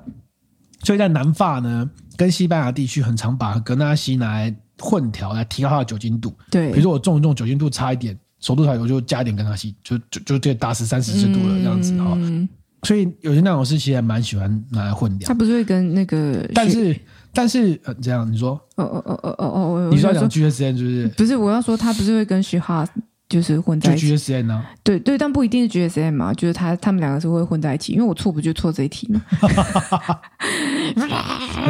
Speaker 2: 所以在南法呢，跟西班牙地区很常把格纳西拿来混调来提高它的酒精度。
Speaker 1: 对，
Speaker 2: 比如说我种一种酒精度差一点，熟度差一点，我就加一点格纳西，就就就这达十三十之度了这样子啊、
Speaker 1: 嗯，
Speaker 2: 所以有些酿酒师其实还蛮喜欢拿来混
Speaker 1: 他
Speaker 2: 调，
Speaker 1: 不是会跟那个雪，
Speaker 2: 但是但是呃，这样你说
Speaker 1: 哦哦哦哦哦哦，我
Speaker 2: 你说
Speaker 1: 想
Speaker 2: 讲 G S N 就是
Speaker 1: 不是，我要说他不是会跟徐哈就是混
Speaker 2: 就
Speaker 1: 在一起，
Speaker 2: G S N 呢、
Speaker 1: 对对，但不一定是 GSM 嘛，啊就是 他他们两个是会混在一起，因为我错不就错这一题嘛，
Speaker 2: 啊？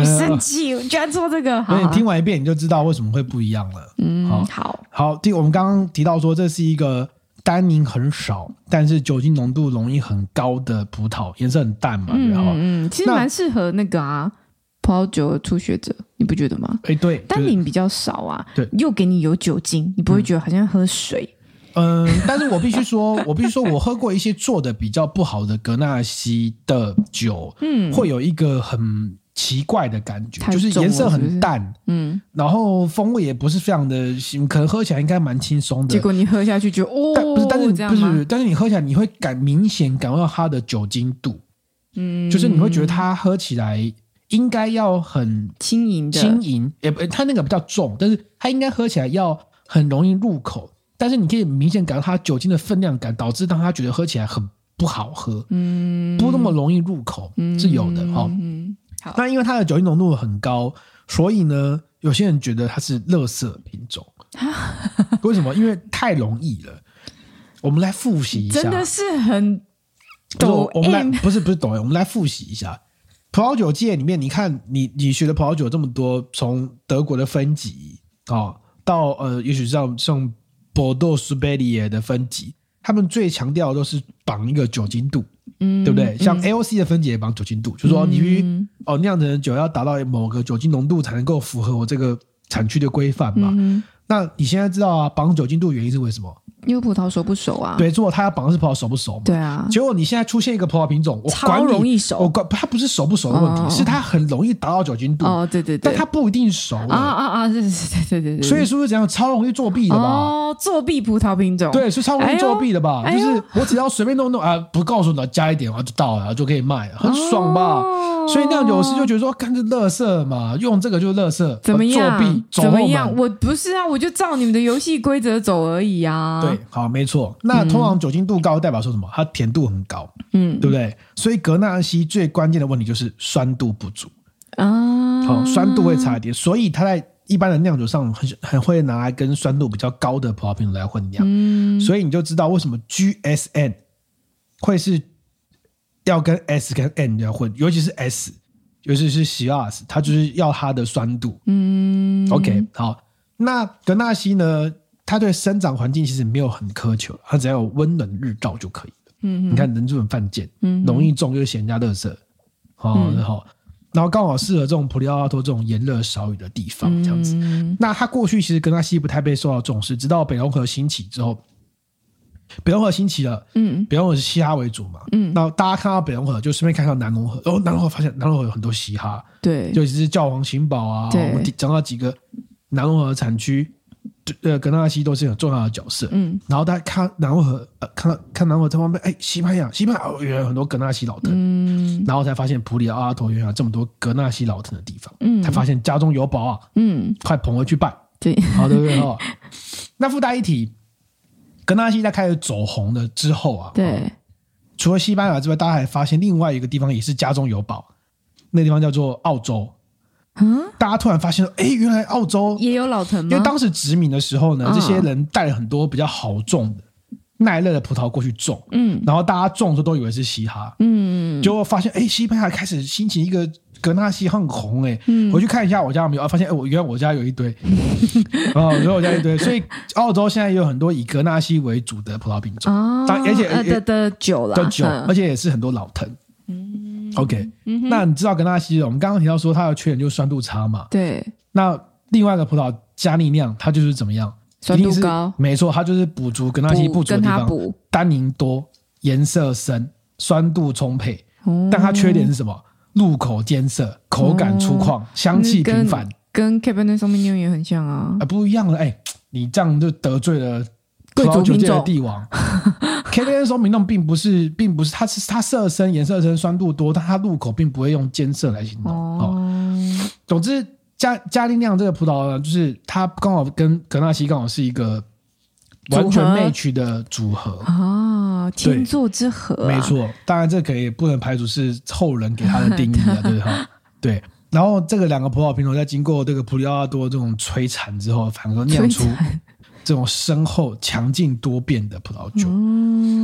Speaker 1: 生气，我居然做这 个。
Speaker 2: 那
Speaker 1: 好
Speaker 2: 你，听完一遍你就知道为什么会不一样了。
Speaker 1: 嗯，
Speaker 2: 好
Speaker 1: 好，
Speaker 2: 好，第我们刚刚提到说，这是一个单宁很少，但是酒精浓度容易很高的葡萄，颜色很淡嘛，
Speaker 1: 嗯
Speaker 2: 然后，
Speaker 1: 嗯嗯，其实
Speaker 2: 那
Speaker 1: 蛮适合那个啊，葡萄酒的初学者，你不觉得吗？
Speaker 2: 哎，对，
Speaker 1: 单
Speaker 2: 就是
Speaker 1: 宁比较少啊，
Speaker 2: 对
Speaker 1: 又给你有酒精，你不会觉得好像喝水。
Speaker 2: 嗯，但是我必须说，我必须说，我喝过一些做的比较不好的格纳西的酒，
Speaker 1: 嗯
Speaker 2: 会有一个很奇怪的感觉，
Speaker 1: 太
Speaker 2: 就是
Speaker 1: 重
Speaker 2: 颜
Speaker 1: 了
Speaker 2: 色
Speaker 1: 是不是
Speaker 2: 很淡，
Speaker 1: 嗯，
Speaker 2: 然后风味也不是非常的，可能喝起来应该蛮轻松的
Speaker 1: 结。果你喝下去就哦，
Speaker 2: 但不是，
Speaker 1: 这
Speaker 2: 但是你
Speaker 1: 样
Speaker 2: 不
Speaker 1: 吗？
Speaker 2: 是，但是你喝起来你会感明显感受到它的酒精度，
Speaker 1: 嗯，
Speaker 2: 就是你会觉得它喝起来应该要很
Speaker 1: 轻盈的，
Speaker 2: 轻盈，也不，它那个比较重，但是它应该喝起来要很容易入口，但是你可以明显感到它酒精的分量感，导致让它觉得喝起来很不好喝，
Speaker 1: 嗯，
Speaker 2: 不那么容易入口、是有的哈、哦。
Speaker 1: 嗯，好，
Speaker 2: 那因为它的酒精浓度很高，所以呢，有些人觉得它是垃圾品 种，为什么？因为太容易了。我们来复习一下，
Speaker 1: 真的是很
Speaker 2: 就是
Speaker 1: 抖
Speaker 2: 我我们来
Speaker 1: M
Speaker 2: 不是不是抖 M，我们来复习一下葡萄酒界里面，你看你你学的葡萄酒这么多，从德国的分级哦，到呃，也许像像波多苏贝里耶的分级，他们最强调的都是绑一个酒精度，
Speaker 1: 嗯
Speaker 2: 对不对？像 AOC 的分级也绑酒精度，就是说你必须、哦酿成的酒要达到某个酒精浓度才能够符合我这个产区的规范嘛。
Speaker 1: 嗯，
Speaker 2: 那你现在知道啊，绑酒精度的原因是为什么？
Speaker 1: 因为葡萄熟不熟啊？
Speaker 2: 对，如果他要绑的是葡萄熟不熟嘛？
Speaker 1: 对啊，
Speaker 2: 结果你现在出现一个葡萄品种，我
Speaker 1: 超
Speaker 2: 管你
Speaker 1: 容易熟
Speaker 2: 我管哦它不是熟不熟的问题，
Speaker 1: 哦
Speaker 2: 是它很容易达到酒精度，
Speaker 1: 哦，对对
Speaker 2: 但
Speaker 1: 对，
Speaker 2: 它不一定熟
Speaker 1: 啊
Speaker 2: 了，
Speaker 1: 啊啊，对对对对对对，
Speaker 2: 所以说是怎样超容易作弊的吧？
Speaker 1: 哦，作弊葡萄品种，
Speaker 2: 对，是超容易作弊的吧？
Speaker 1: 哎呦
Speaker 2: 就是我只要随便弄弄啊，不告诉你加一点，啊就到了，就可以卖，很爽吧？
Speaker 1: 哦
Speaker 2: 所以酿酒师就觉得说，干这乐色嘛，用这个就是乐色，
Speaker 1: 怎么
Speaker 2: 作
Speaker 1: 样？
Speaker 2: 弊，走
Speaker 1: 怎么
Speaker 2: 后
Speaker 1: 样？
Speaker 2: 门。
Speaker 1: 我不是啊，我就照你们的游戏规则走而已啊。
Speaker 2: 对，，好，没错。那通常酒精度高代表说什么？它甜度很高，
Speaker 1: 嗯
Speaker 2: 对不对？所以格纳西最关键的问题就是酸度不足。
Speaker 1: 啊，
Speaker 2: 好、酸度会差一点，所以它在一般的酿酒上很很会拿来跟酸度比较高的葡萄品种来混酿，
Speaker 1: 嗯
Speaker 2: 所以你就知道为什么 GSN 会是要跟 S 跟 N 要混，尤其是 S，尤其是 Shiraz，它就是要它的酸度。
Speaker 1: 嗯
Speaker 2: OK，好，那格纳西呢，它对生长环境其实没有很苛求，它只要有温冷日照就可以了。
Speaker 1: 嗯
Speaker 2: 你看人这种犯贱，
Speaker 1: 嗯
Speaker 2: 容易中就是嫌人家乐色，哦，然后然后刚好适合这种普利奥拉托这种炎热少雨的地方，这样子。
Speaker 1: 嗯
Speaker 2: 那他过去其实格纳西不太被受到重视，直到北融河兴起之后，北融河兴起了，
Speaker 1: 嗯
Speaker 2: 北融河是嘻哈为主嘛，
Speaker 1: 嗯，
Speaker 2: 那大家看到北融河就顺便看到南融河，然后南融河发现南融河有很多嘻哈，
Speaker 1: 对，
Speaker 2: 尤其是教皇新堡啊，
Speaker 1: 对
Speaker 2: 我们讲到几个南融河产区，呃，格纳西都是很重要的角色，
Speaker 1: 嗯
Speaker 2: 然后大家看南欧河，呃，看到看南欧河这方面，哎，西班牙，西班牙哦，原来有很多格纳西老藤，
Speaker 1: 嗯
Speaker 2: 然后才发现普里奥阿托原来有这么多格纳西老藤的地方，
Speaker 1: 嗯
Speaker 2: 才发现家中有宝啊，
Speaker 1: 嗯，
Speaker 2: 快捧回去拜，
Speaker 1: 对，
Speaker 2: 好 对不对哦？那附带一提，格纳西在开始走红了之后啊，哦，
Speaker 1: 对，
Speaker 2: 除了西班牙之外，大家还发现另外一个地方也是家中有宝，那地方叫做澳洲，
Speaker 1: 嗯，
Speaker 2: 大家突然发现，哎，原来澳洲
Speaker 1: 也有老藤吗？
Speaker 2: 因为当时殖民的时候呢
Speaker 1: 嗯，
Speaker 2: 这些人带了很多比较好种的、耐热的葡萄过去种，
Speaker 1: 嗯
Speaker 2: 然后大家种的时候都以为是嘻哈，
Speaker 1: 嗯
Speaker 2: 结果发现哎，西班牙开始兴起一个格纳西很红哎、
Speaker 1: 嗯
Speaker 2: 回去看一下我家有没有，啊发现哎，我原来我家有 一堆，哦，原来我家有一堆，所以澳洲现在也有很多以格纳西为主的葡萄品种
Speaker 1: 啊，
Speaker 2: 当而且
Speaker 1: 呃的的酒啦，
Speaker 2: 的酒，
Speaker 1: 嗯
Speaker 2: 而且也是很多老藤。OK，那你知道格纳西，我们刚刚提到说它的缺点就是酸度差嘛，
Speaker 1: 对，
Speaker 2: 那另外一个葡萄加利酿，它就是怎么样？
Speaker 1: 酸
Speaker 2: 一
Speaker 1: 度
Speaker 2: 定是
Speaker 1: 高，
Speaker 2: 没错，它就是补足跟那些不足的
Speaker 1: 跟
Speaker 2: 地
Speaker 1: 它
Speaker 2: 方，
Speaker 1: 补，
Speaker 2: 单宁多，颜色深，酸度充沛，
Speaker 1: 哦
Speaker 2: 但它缺点是什么？入口艰涩，口感粗
Speaker 1: 哦
Speaker 2: 犷，香气
Speaker 1: 那跟
Speaker 2: 平凡，
Speaker 1: 跟 Cabernet Sauvignon 也很像啊
Speaker 2: 啊，，不一样了。哎，你这样就得罪了葡
Speaker 1: 贵族
Speaker 2: 萄酒界
Speaker 1: 品
Speaker 2: 的
Speaker 1: 种
Speaker 2: 帝王。K V N 说明那并不是，并不是，它是它色深，颜色深，酸度多，但它入口并不会用艰涩来形容。哦，
Speaker 1: 哦，
Speaker 2: 总之，加加利酿这个葡萄呢，就是它刚好跟格纳西刚好是一个完全
Speaker 1: 组合
Speaker 2: match 的组合。
Speaker 1: 啊，天
Speaker 2: 哦对
Speaker 1: 作之合、啊，
Speaker 2: 没，错，当然这可以不能排除是后人给它的定义啊，对哈，对。然后这个两个葡萄品种在经过这个普里奥拉多这种摧残之后，反而酿出
Speaker 1: 摧残
Speaker 2: 这种深厚、强劲、多变的葡萄酒。
Speaker 1: 嗯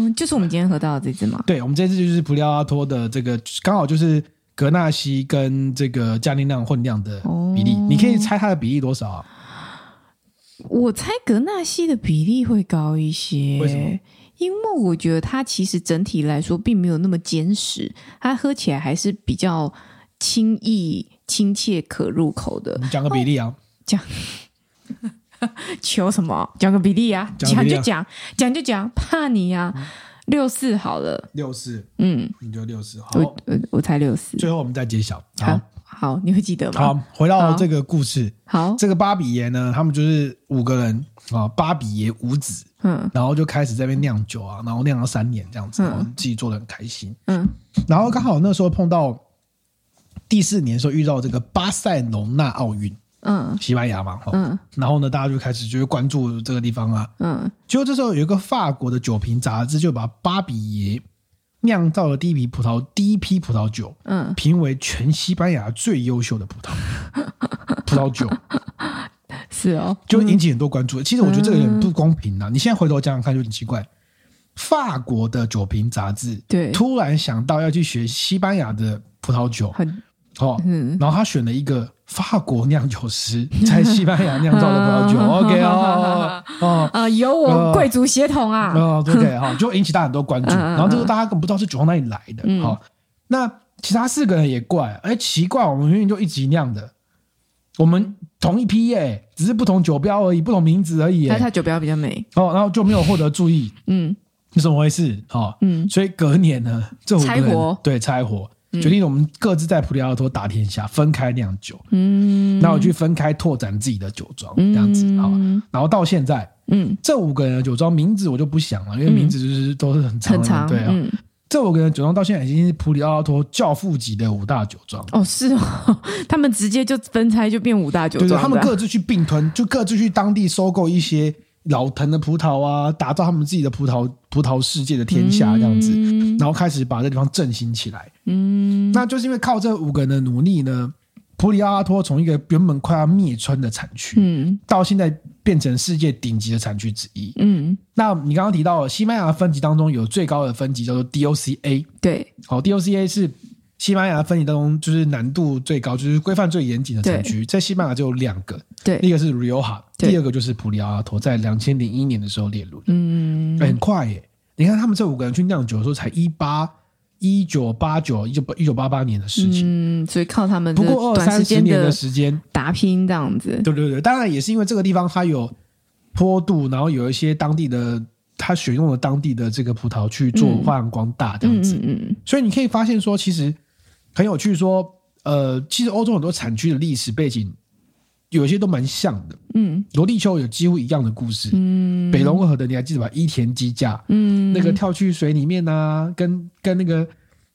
Speaker 1: 嗯，就是我们今天喝到的这支嘛，
Speaker 2: 对，我们这次就是普里奥拉多的这个，刚好就是格纳西跟这个加令量混量的比例，你可以猜它的比例多少啊？
Speaker 1: 我猜格纳西的比例会高一些，
Speaker 2: 为什么？
Speaker 1: 因为我觉得它其实整体来说并没有那么坚实，它喝起来还是比较轻易、亲切、可入口的。
Speaker 2: 你讲个比例啊？
Speaker 1: 讲求什么？讲个比例啊？
Speaker 2: 讲个
Speaker 1: 讲
Speaker 2: 比例
Speaker 1: 就
Speaker 2: 啊嗯
Speaker 1: 讲，讲就讲，怕你啊！六四好了，
Speaker 2: 六四，
Speaker 1: 嗯，
Speaker 2: 你就六四。好，
Speaker 1: 我我我才六四，
Speaker 2: 最后我们再揭晓。
Speaker 1: 好
Speaker 2: 好，
Speaker 1: 好，你会记得吗？
Speaker 2: 好，回到
Speaker 1: 好
Speaker 2: 这个故事，
Speaker 1: 好，嗯
Speaker 2: 这个巴比爷呢，他们就是五个人啊，巴比爷五子，
Speaker 1: 嗯
Speaker 2: 然后就开始在那边酿酒啊，然后酿了三年这样
Speaker 1: 嗯
Speaker 2: 子，然后自己做的很开心。
Speaker 1: 嗯
Speaker 2: 然后刚好那时候碰到第四年的时候遇到这个巴塞隆纳奥运，
Speaker 1: 嗯
Speaker 2: 西班牙嘛，哈、
Speaker 1: 嗯
Speaker 2: 然后呢，大家就开始就会关注这个地方啊。
Speaker 1: 嗯，
Speaker 2: 结果这时候有一个法国的酒瓶杂志就把巴比耶酿造的第一批葡萄第一批葡萄酒
Speaker 1: 嗯，
Speaker 2: 评为全西班牙最优秀的葡萄 葡萄酒，
Speaker 1: 是哦，
Speaker 2: 就引起很多关注。其实我觉得这个有点不公平啊！你现在回头想想看，就很奇怪。法国的酒瓶杂志
Speaker 1: 对
Speaker 2: 突然想到要去学西班牙的葡萄酒，
Speaker 1: 很
Speaker 2: 哦，
Speaker 1: 嗯
Speaker 2: 然后他选了一个法国酿酒师在西班牙酿造的 葡萄酒，OK 哦哦。
Speaker 1: 啊，有我贵族血统啊，
Speaker 2: 哦 ，OK 哈、就引起大家很多关注。
Speaker 1: 嗯嗯嗯
Speaker 2: 然后这个大家根本不知道是酒从哪里来的，好、
Speaker 1: 嗯
Speaker 2: 那其他四个人也怪，哎，奇怪，我们明明就一起酿的，我们同一批耶、只是不同酒标而已，不同名字而已、耶
Speaker 1: 那他酒标比较美，
Speaker 2: 哦，然后就没有获得注意，
Speaker 1: 嗯
Speaker 2: 是怎么回事？哦，
Speaker 1: 嗯，
Speaker 2: 所以隔年呢，这五个人
Speaker 1: 拆伙嗯
Speaker 2: 对拆伙，决定我们各自在普里奥托打天下，分开酿酒。
Speaker 1: 嗯，
Speaker 2: 那我去分开拓展自己的酒庄，这样子好。啊
Speaker 1: 嗯
Speaker 2: 然后到现在，
Speaker 1: 嗯，
Speaker 2: 这五个人的酒庄名字我就不想了，因为名字就是都是很长
Speaker 1: 很
Speaker 2: 的，
Speaker 1: 长，
Speaker 2: 对啊。
Speaker 1: 嗯，
Speaker 2: 这五个人的酒庄到现在已经是普里奥托教父级的五大酒庄，
Speaker 1: 哦，是哦， 他们直接就分拆就变五大酒
Speaker 2: 对对，
Speaker 1: 庄，
Speaker 2: 他们各自去并吞，就各自去当地收购一些老藤的葡萄啊，打造他们自己的葡萄葡萄世界的天下这样子，
Speaker 1: 嗯
Speaker 2: 然后开始把这地方振兴起来。嗯，那就是因为靠这五个人的努力呢，普里奥托从一个原本快要灭村的产区，
Speaker 1: 嗯
Speaker 2: 到现在变成世界顶级的产区之一。
Speaker 1: 嗯，
Speaker 2: 那你刚刚提到了西班牙分级当中有最高的分级叫做 DOCA，
Speaker 1: 对，
Speaker 2: 好，DOCA 是西班牙分级当中就是难度最高，就是规范最严谨的产区，在西班牙只有两个，
Speaker 1: 对
Speaker 2: 一个是 Rioja，
Speaker 1: 对
Speaker 2: 第二个就是普里奥托，在两千零一年的时候列入的，
Speaker 1: 嗯
Speaker 2: 哎很快耶！你看他们这五个人去酿酒的时候才一八一九八九一九一九八八年的事情，
Speaker 1: 嗯，所以靠他们
Speaker 2: 不过
Speaker 1: 这短
Speaker 2: 二
Speaker 1: 时
Speaker 2: 三十
Speaker 1: 间
Speaker 2: 年的
Speaker 1: 的
Speaker 2: 时间，
Speaker 1: 打拼这样子，
Speaker 2: 对对对，当然也是因为这个地方它有坡度，然后有一些当地的，它选用了当地的这个葡萄去做发扬光大这样
Speaker 1: 嗯
Speaker 2: 子，
Speaker 1: 嗯嗯
Speaker 2: 所以你可以发现说，其实很有趣说，呃，其实欧洲很多产区的历史背景有些都蛮像的，
Speaker 1: 嗯
Speaker 2: 罗地丘有几乎一样的故事，嗯，北龙河的你还记得吧？伊田基架，
Speaker 1: 嗯，
Speaker 2: 那个跳去水里面啊，跟跟那个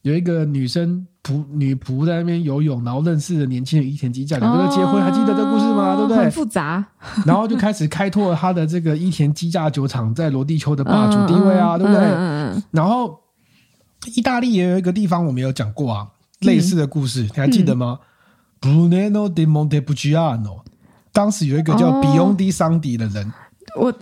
Speaker 2: 有一个女生仆女仆在那边游泳，然后认识了年轻的伊田基架，两个人结婚，还记得这故事吗？对不对
Speaker 1: 哦很？复杂，
Speaker 2: 然后就开始开拓他的这个伊田基架酒厂在罗地丘的霸主地位啊，对不对？
Speaker 1: 嗯嗯
Speaker 2: 然后意大利也有一个地方我们有讲过啊，类似的故事，你还记
Speaker 1: 嗯
Speaker 2: 得吗、b r u n e l o di Montepulciano，当时有一个叫
Speaker 1: 哦
Speaker 2: 比翁迪桑迪的人，
Speaker 1: 嗯我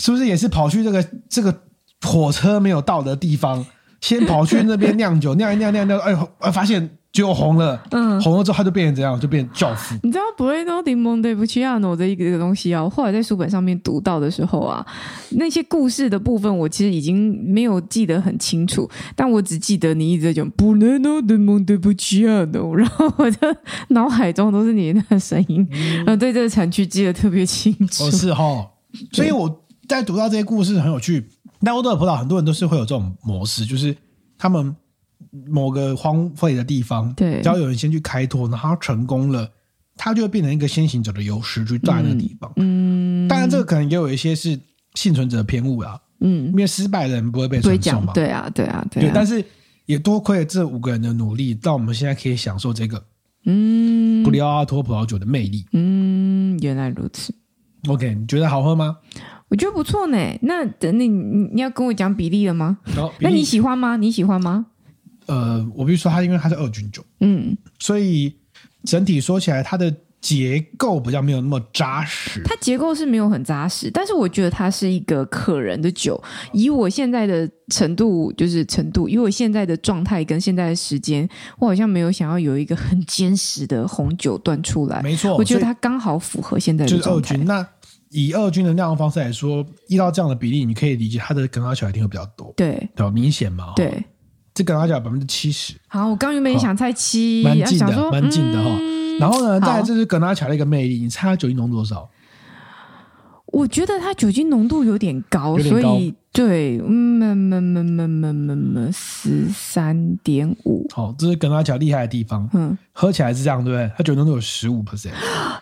Speaker 2: 是不是也是跑去这个这个火车没有到的地方，先跑去那边酿酒，酿一酿酿酿，哎呦，哎发现就红了，
Speaker 1: 嗯
Speaker 2: 红了之后他就变成怎样？就变成教父。
Speaker 1: 你知道 Bruno di Montepulciano 这一个这个东西啊，我后来在书本上面读到的时候啊，那些故事的部分我其实已经没有记得很清楚，但我只记得你一直在讲 Bruno di Montepulciano，然后我的脑海中都是你的声音，嗯、对这个产区记得特别清楚。
Speaker 2: 哦，是哈。 所以我在读到这些故事很有趣。但欧洲的葡萄，很多人都是会有这种模式，就是他们某个荒废的地方，
Speaker 1: 对
Speaker 2: 只要有人先去开拓，然后他成功了，他就会变成一个先行者的优势，去占那个地方。
Speaker 1: 嗯
Speaker 2: 当然，这个可能也有一些是幸存者偏误啦，
Speaker 1: 嗯，
Speaker 2: 因为失败的人不会被
Speaker 1: 不会
Speaker 2: 传颂
Speaker 1: 讲
Speaker 2: 嘛。
Speaker 1: 对啊，对啊，对
Speaker 2: 对，
Speaker 1: 啊，
Speaker 2: 但是也多亏了这五个人的努力，让我们现在可以享受这个
Speaker 1: 嗯
Speaker 2: 布里奥阿托葡萄酒的魅力。
Speaker 1: 嗯，原来如此。
Speaker 2: OK，你觉得好喝吗？
Speaker 1: 我觉得不错呢，那等你你你要跟我讲比例了吗？
Speaker 2: 然后比
Speaker 1: 那
Speaker 2: 利
Speaker 1: 你喜欢吗？你喜欢吗？
Speaker 2: 呃，我必须说它，因为它是二军酒，
Speaker 1: 嗯
Speaker 2: 所以整体说起来，它的结构比较没有那么扎实。
Speaker 1: 它结构是没有很扎实，但是我觉得它是一个可人的酒。以我现在的程度，就是程度，以我现在的状态跟现在的时间，我好像没有想要有一个很坚实的红酒端出来。
Speaker 2: 没错，
Speaker 1: 我觉得它刚好符合现在的
Speaker 2: 就是二
Speaker 1: 状态。
Speaker 2: 军。那以二军的酿造方式来说，依照这样的比例，你可以理解它的梗拉酒一定会比较多，
Speaker 1: 对
Speaker 2: 对吧？明显嘛，，
Speaker 1: 对，
Speaker 2: 这梗拉酒百分之七十，
Speaker 1: 好，我刚原本也想猜七，
Speaker 2: 蛮
Speaker 1: 然后
Speaker 2: 近
Speaker 1: 想说
Speaker 2: 的，蛮近的哈。然后呢，
Speaker 1: 嗯好
Speaker 2: 再来这是葛纳乔的一个魅力，你猜它酒精浓度多少？
Speaker 1: 我觉得它酒精浓度有点高，
Speaker 2: 有点高
Speaker 1: 所以对，嗯，嗯嗯嗯嗯嗯嗯嗯，十三点五，
Speaker 2: 好、这是葛纳乔厉害的地方，
Speaker 1: 嗯，
Speaker 2: 喝起来是这样，对不对？它酒精浓度有十五 percent，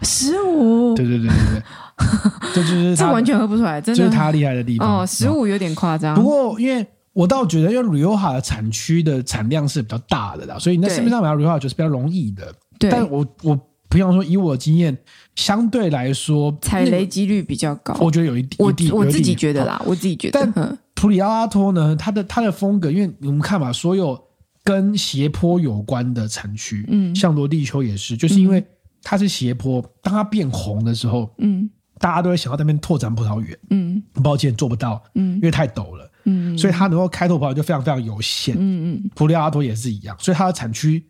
Speaker 1: 十五，
Speaker 2: 对对对 对对，这就是
Speaker 1: 这
Speaker 2: 它
Speaker 1: 完，全喝不出来，真
Speaker 2: 这
Speaker 1: 的。
Speaker 2: 就是它厉害的地方。
Speaker 1: 哦，十五有点夸张。
Speaker 2: 不过，因为我倒觉得，因为 Rioja 的产区的产量是比较大的啦，所以你在
Speaker 1: 对
Speaker 2: 市面上买到 Rioja 酒是比较容易的。
Speaker 1: 对，
Speaker 2: 但我我平常说，以我的经验，相对来说，
Speaker 1: 踩
Speaker 2: 那个
Speaker 1: 雷几率比较高。
Speaker 2: 我觉得有一点
Speaker 1: 我
Speaker 2: 一定
Speaker 1: 我
Speaker 2: 有一
Speaker 1: 自己
Speaker 2: 定
Speaker 1: 觉得啦，我自己觉得
Speaker 2: 但，
Speaker 1: 嗯
Speaker 2: 普里奥拉托呢，它的它的风格，因为我们看嘛，所有跟斜坡有关的产区，
Speaker 1: 嗯
Speaker 2: 像罗地丘也是，就是因为它是斜坡，当它变红的时候，
Speaker 1: 嗯
Speaker 2: 大家都会想要在那边拓展葡萄园。
Speaker 1: 嗯
Speaker 2: 抱歉，做不到，因
Speaker 1: 嗯
Speaker 2: 为太陡了，
Speaker 1: 嗯
Speaker 2: 所以它能够开拓葡萄园就非常非常有限。
Speaker 1: 嗯嗯，
Speaker 2: 普里奥拉托也是一样，所以它的产区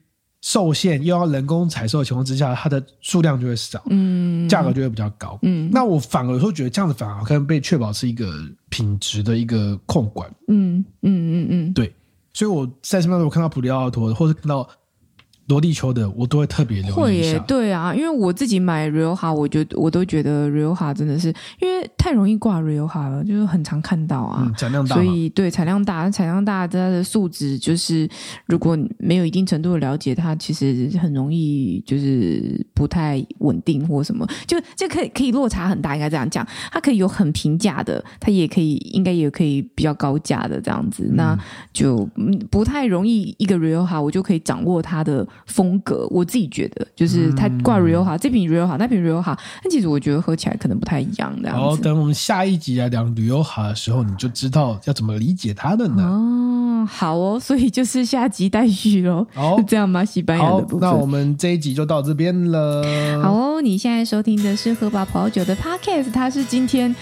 Speaker 2: 受限，又要人工采收的情况之下，它的数量就会少，
Speaker 1: 嗯
Speaker 2: 价格就会比较高。
Speaker 1: 嗯
Speaker 2: 那我反而有时候觉得这样子反而可能被确保是一个品质的一个控管。
Speaker 1: 嗯嗯嗯嗯，
Speaker 2: 对，所以我在什么样我看到普利奥托的，或者看到罗地球的，我都会特别留
Speaker 1: 会
Speaker 2: 意一
Speaker 1: 耶
Speaker 2: 下，。
Speaker 1: 对啊，因为我自己买 Rioja，我觉得我都觉得 Rioja 真的是因为太容易挂 Rioja 了，就是很常看到啊。
Speaker 2: 嗯，产量大
Speaker 1: 所
Speaker 2: 嘛，
Speaker 1: 以对产量大，产量大它的素质就是，如果你没有一定程度的了解，它其实很容易就是不太稳定或什么，就这可以可以落差很大，应该这样讲，它可以有很平价的，它也可以应该也可以比较高价的这样子，那就嗯不太容易一个 Rioja 我就可以掌握它的风格，我自己觉得就是它挂
Speaker 2: 嗯
Speaker 1: Rioja 这瓶 Rioja 那瓶 Rioja，但其实我觉得喝起来可能不太一样这
Speaker 2: 然后
Speaker 1: 样子。
Speaker 2: 等我们下一集来聊旅游哈的时候，你就知道要怎么理解它的呢。
Speaker 1: 哦，好哦，所以就是下集待续喽，
Speaker 2: 好
Speaker 1: 是嗯这样吗？西班牙
Speaker 2: 哦好
Speaker 1: 的部，分。
Speaker 2: 那我们这一集就到这边了。
Speaker 1: 好哦，你现在收听的是喝吧葡萄酒的 podcast，他是今天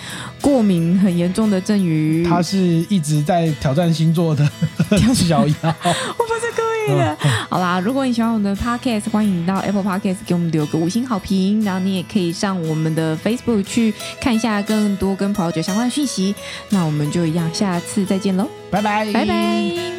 Speaker 1: 过敏很严重的郑宇，
Speaker 2: 他是一直在挑战星座的 小 妖，
Speaker 1: 我不是故意
Speaker 2: 嗯
Speaker 1: 的。好啦，如果你喜欢我们的 podcast，欢迎到 Apple Podcast 给我们留个五星好评，然后你也可以上我们的 Facebook 去看一下更多跟葡萄酒相关的讯息。那我们就一样，下次再见喽，
Speaker 2: 拜拜，
Speaker 1: 拜拜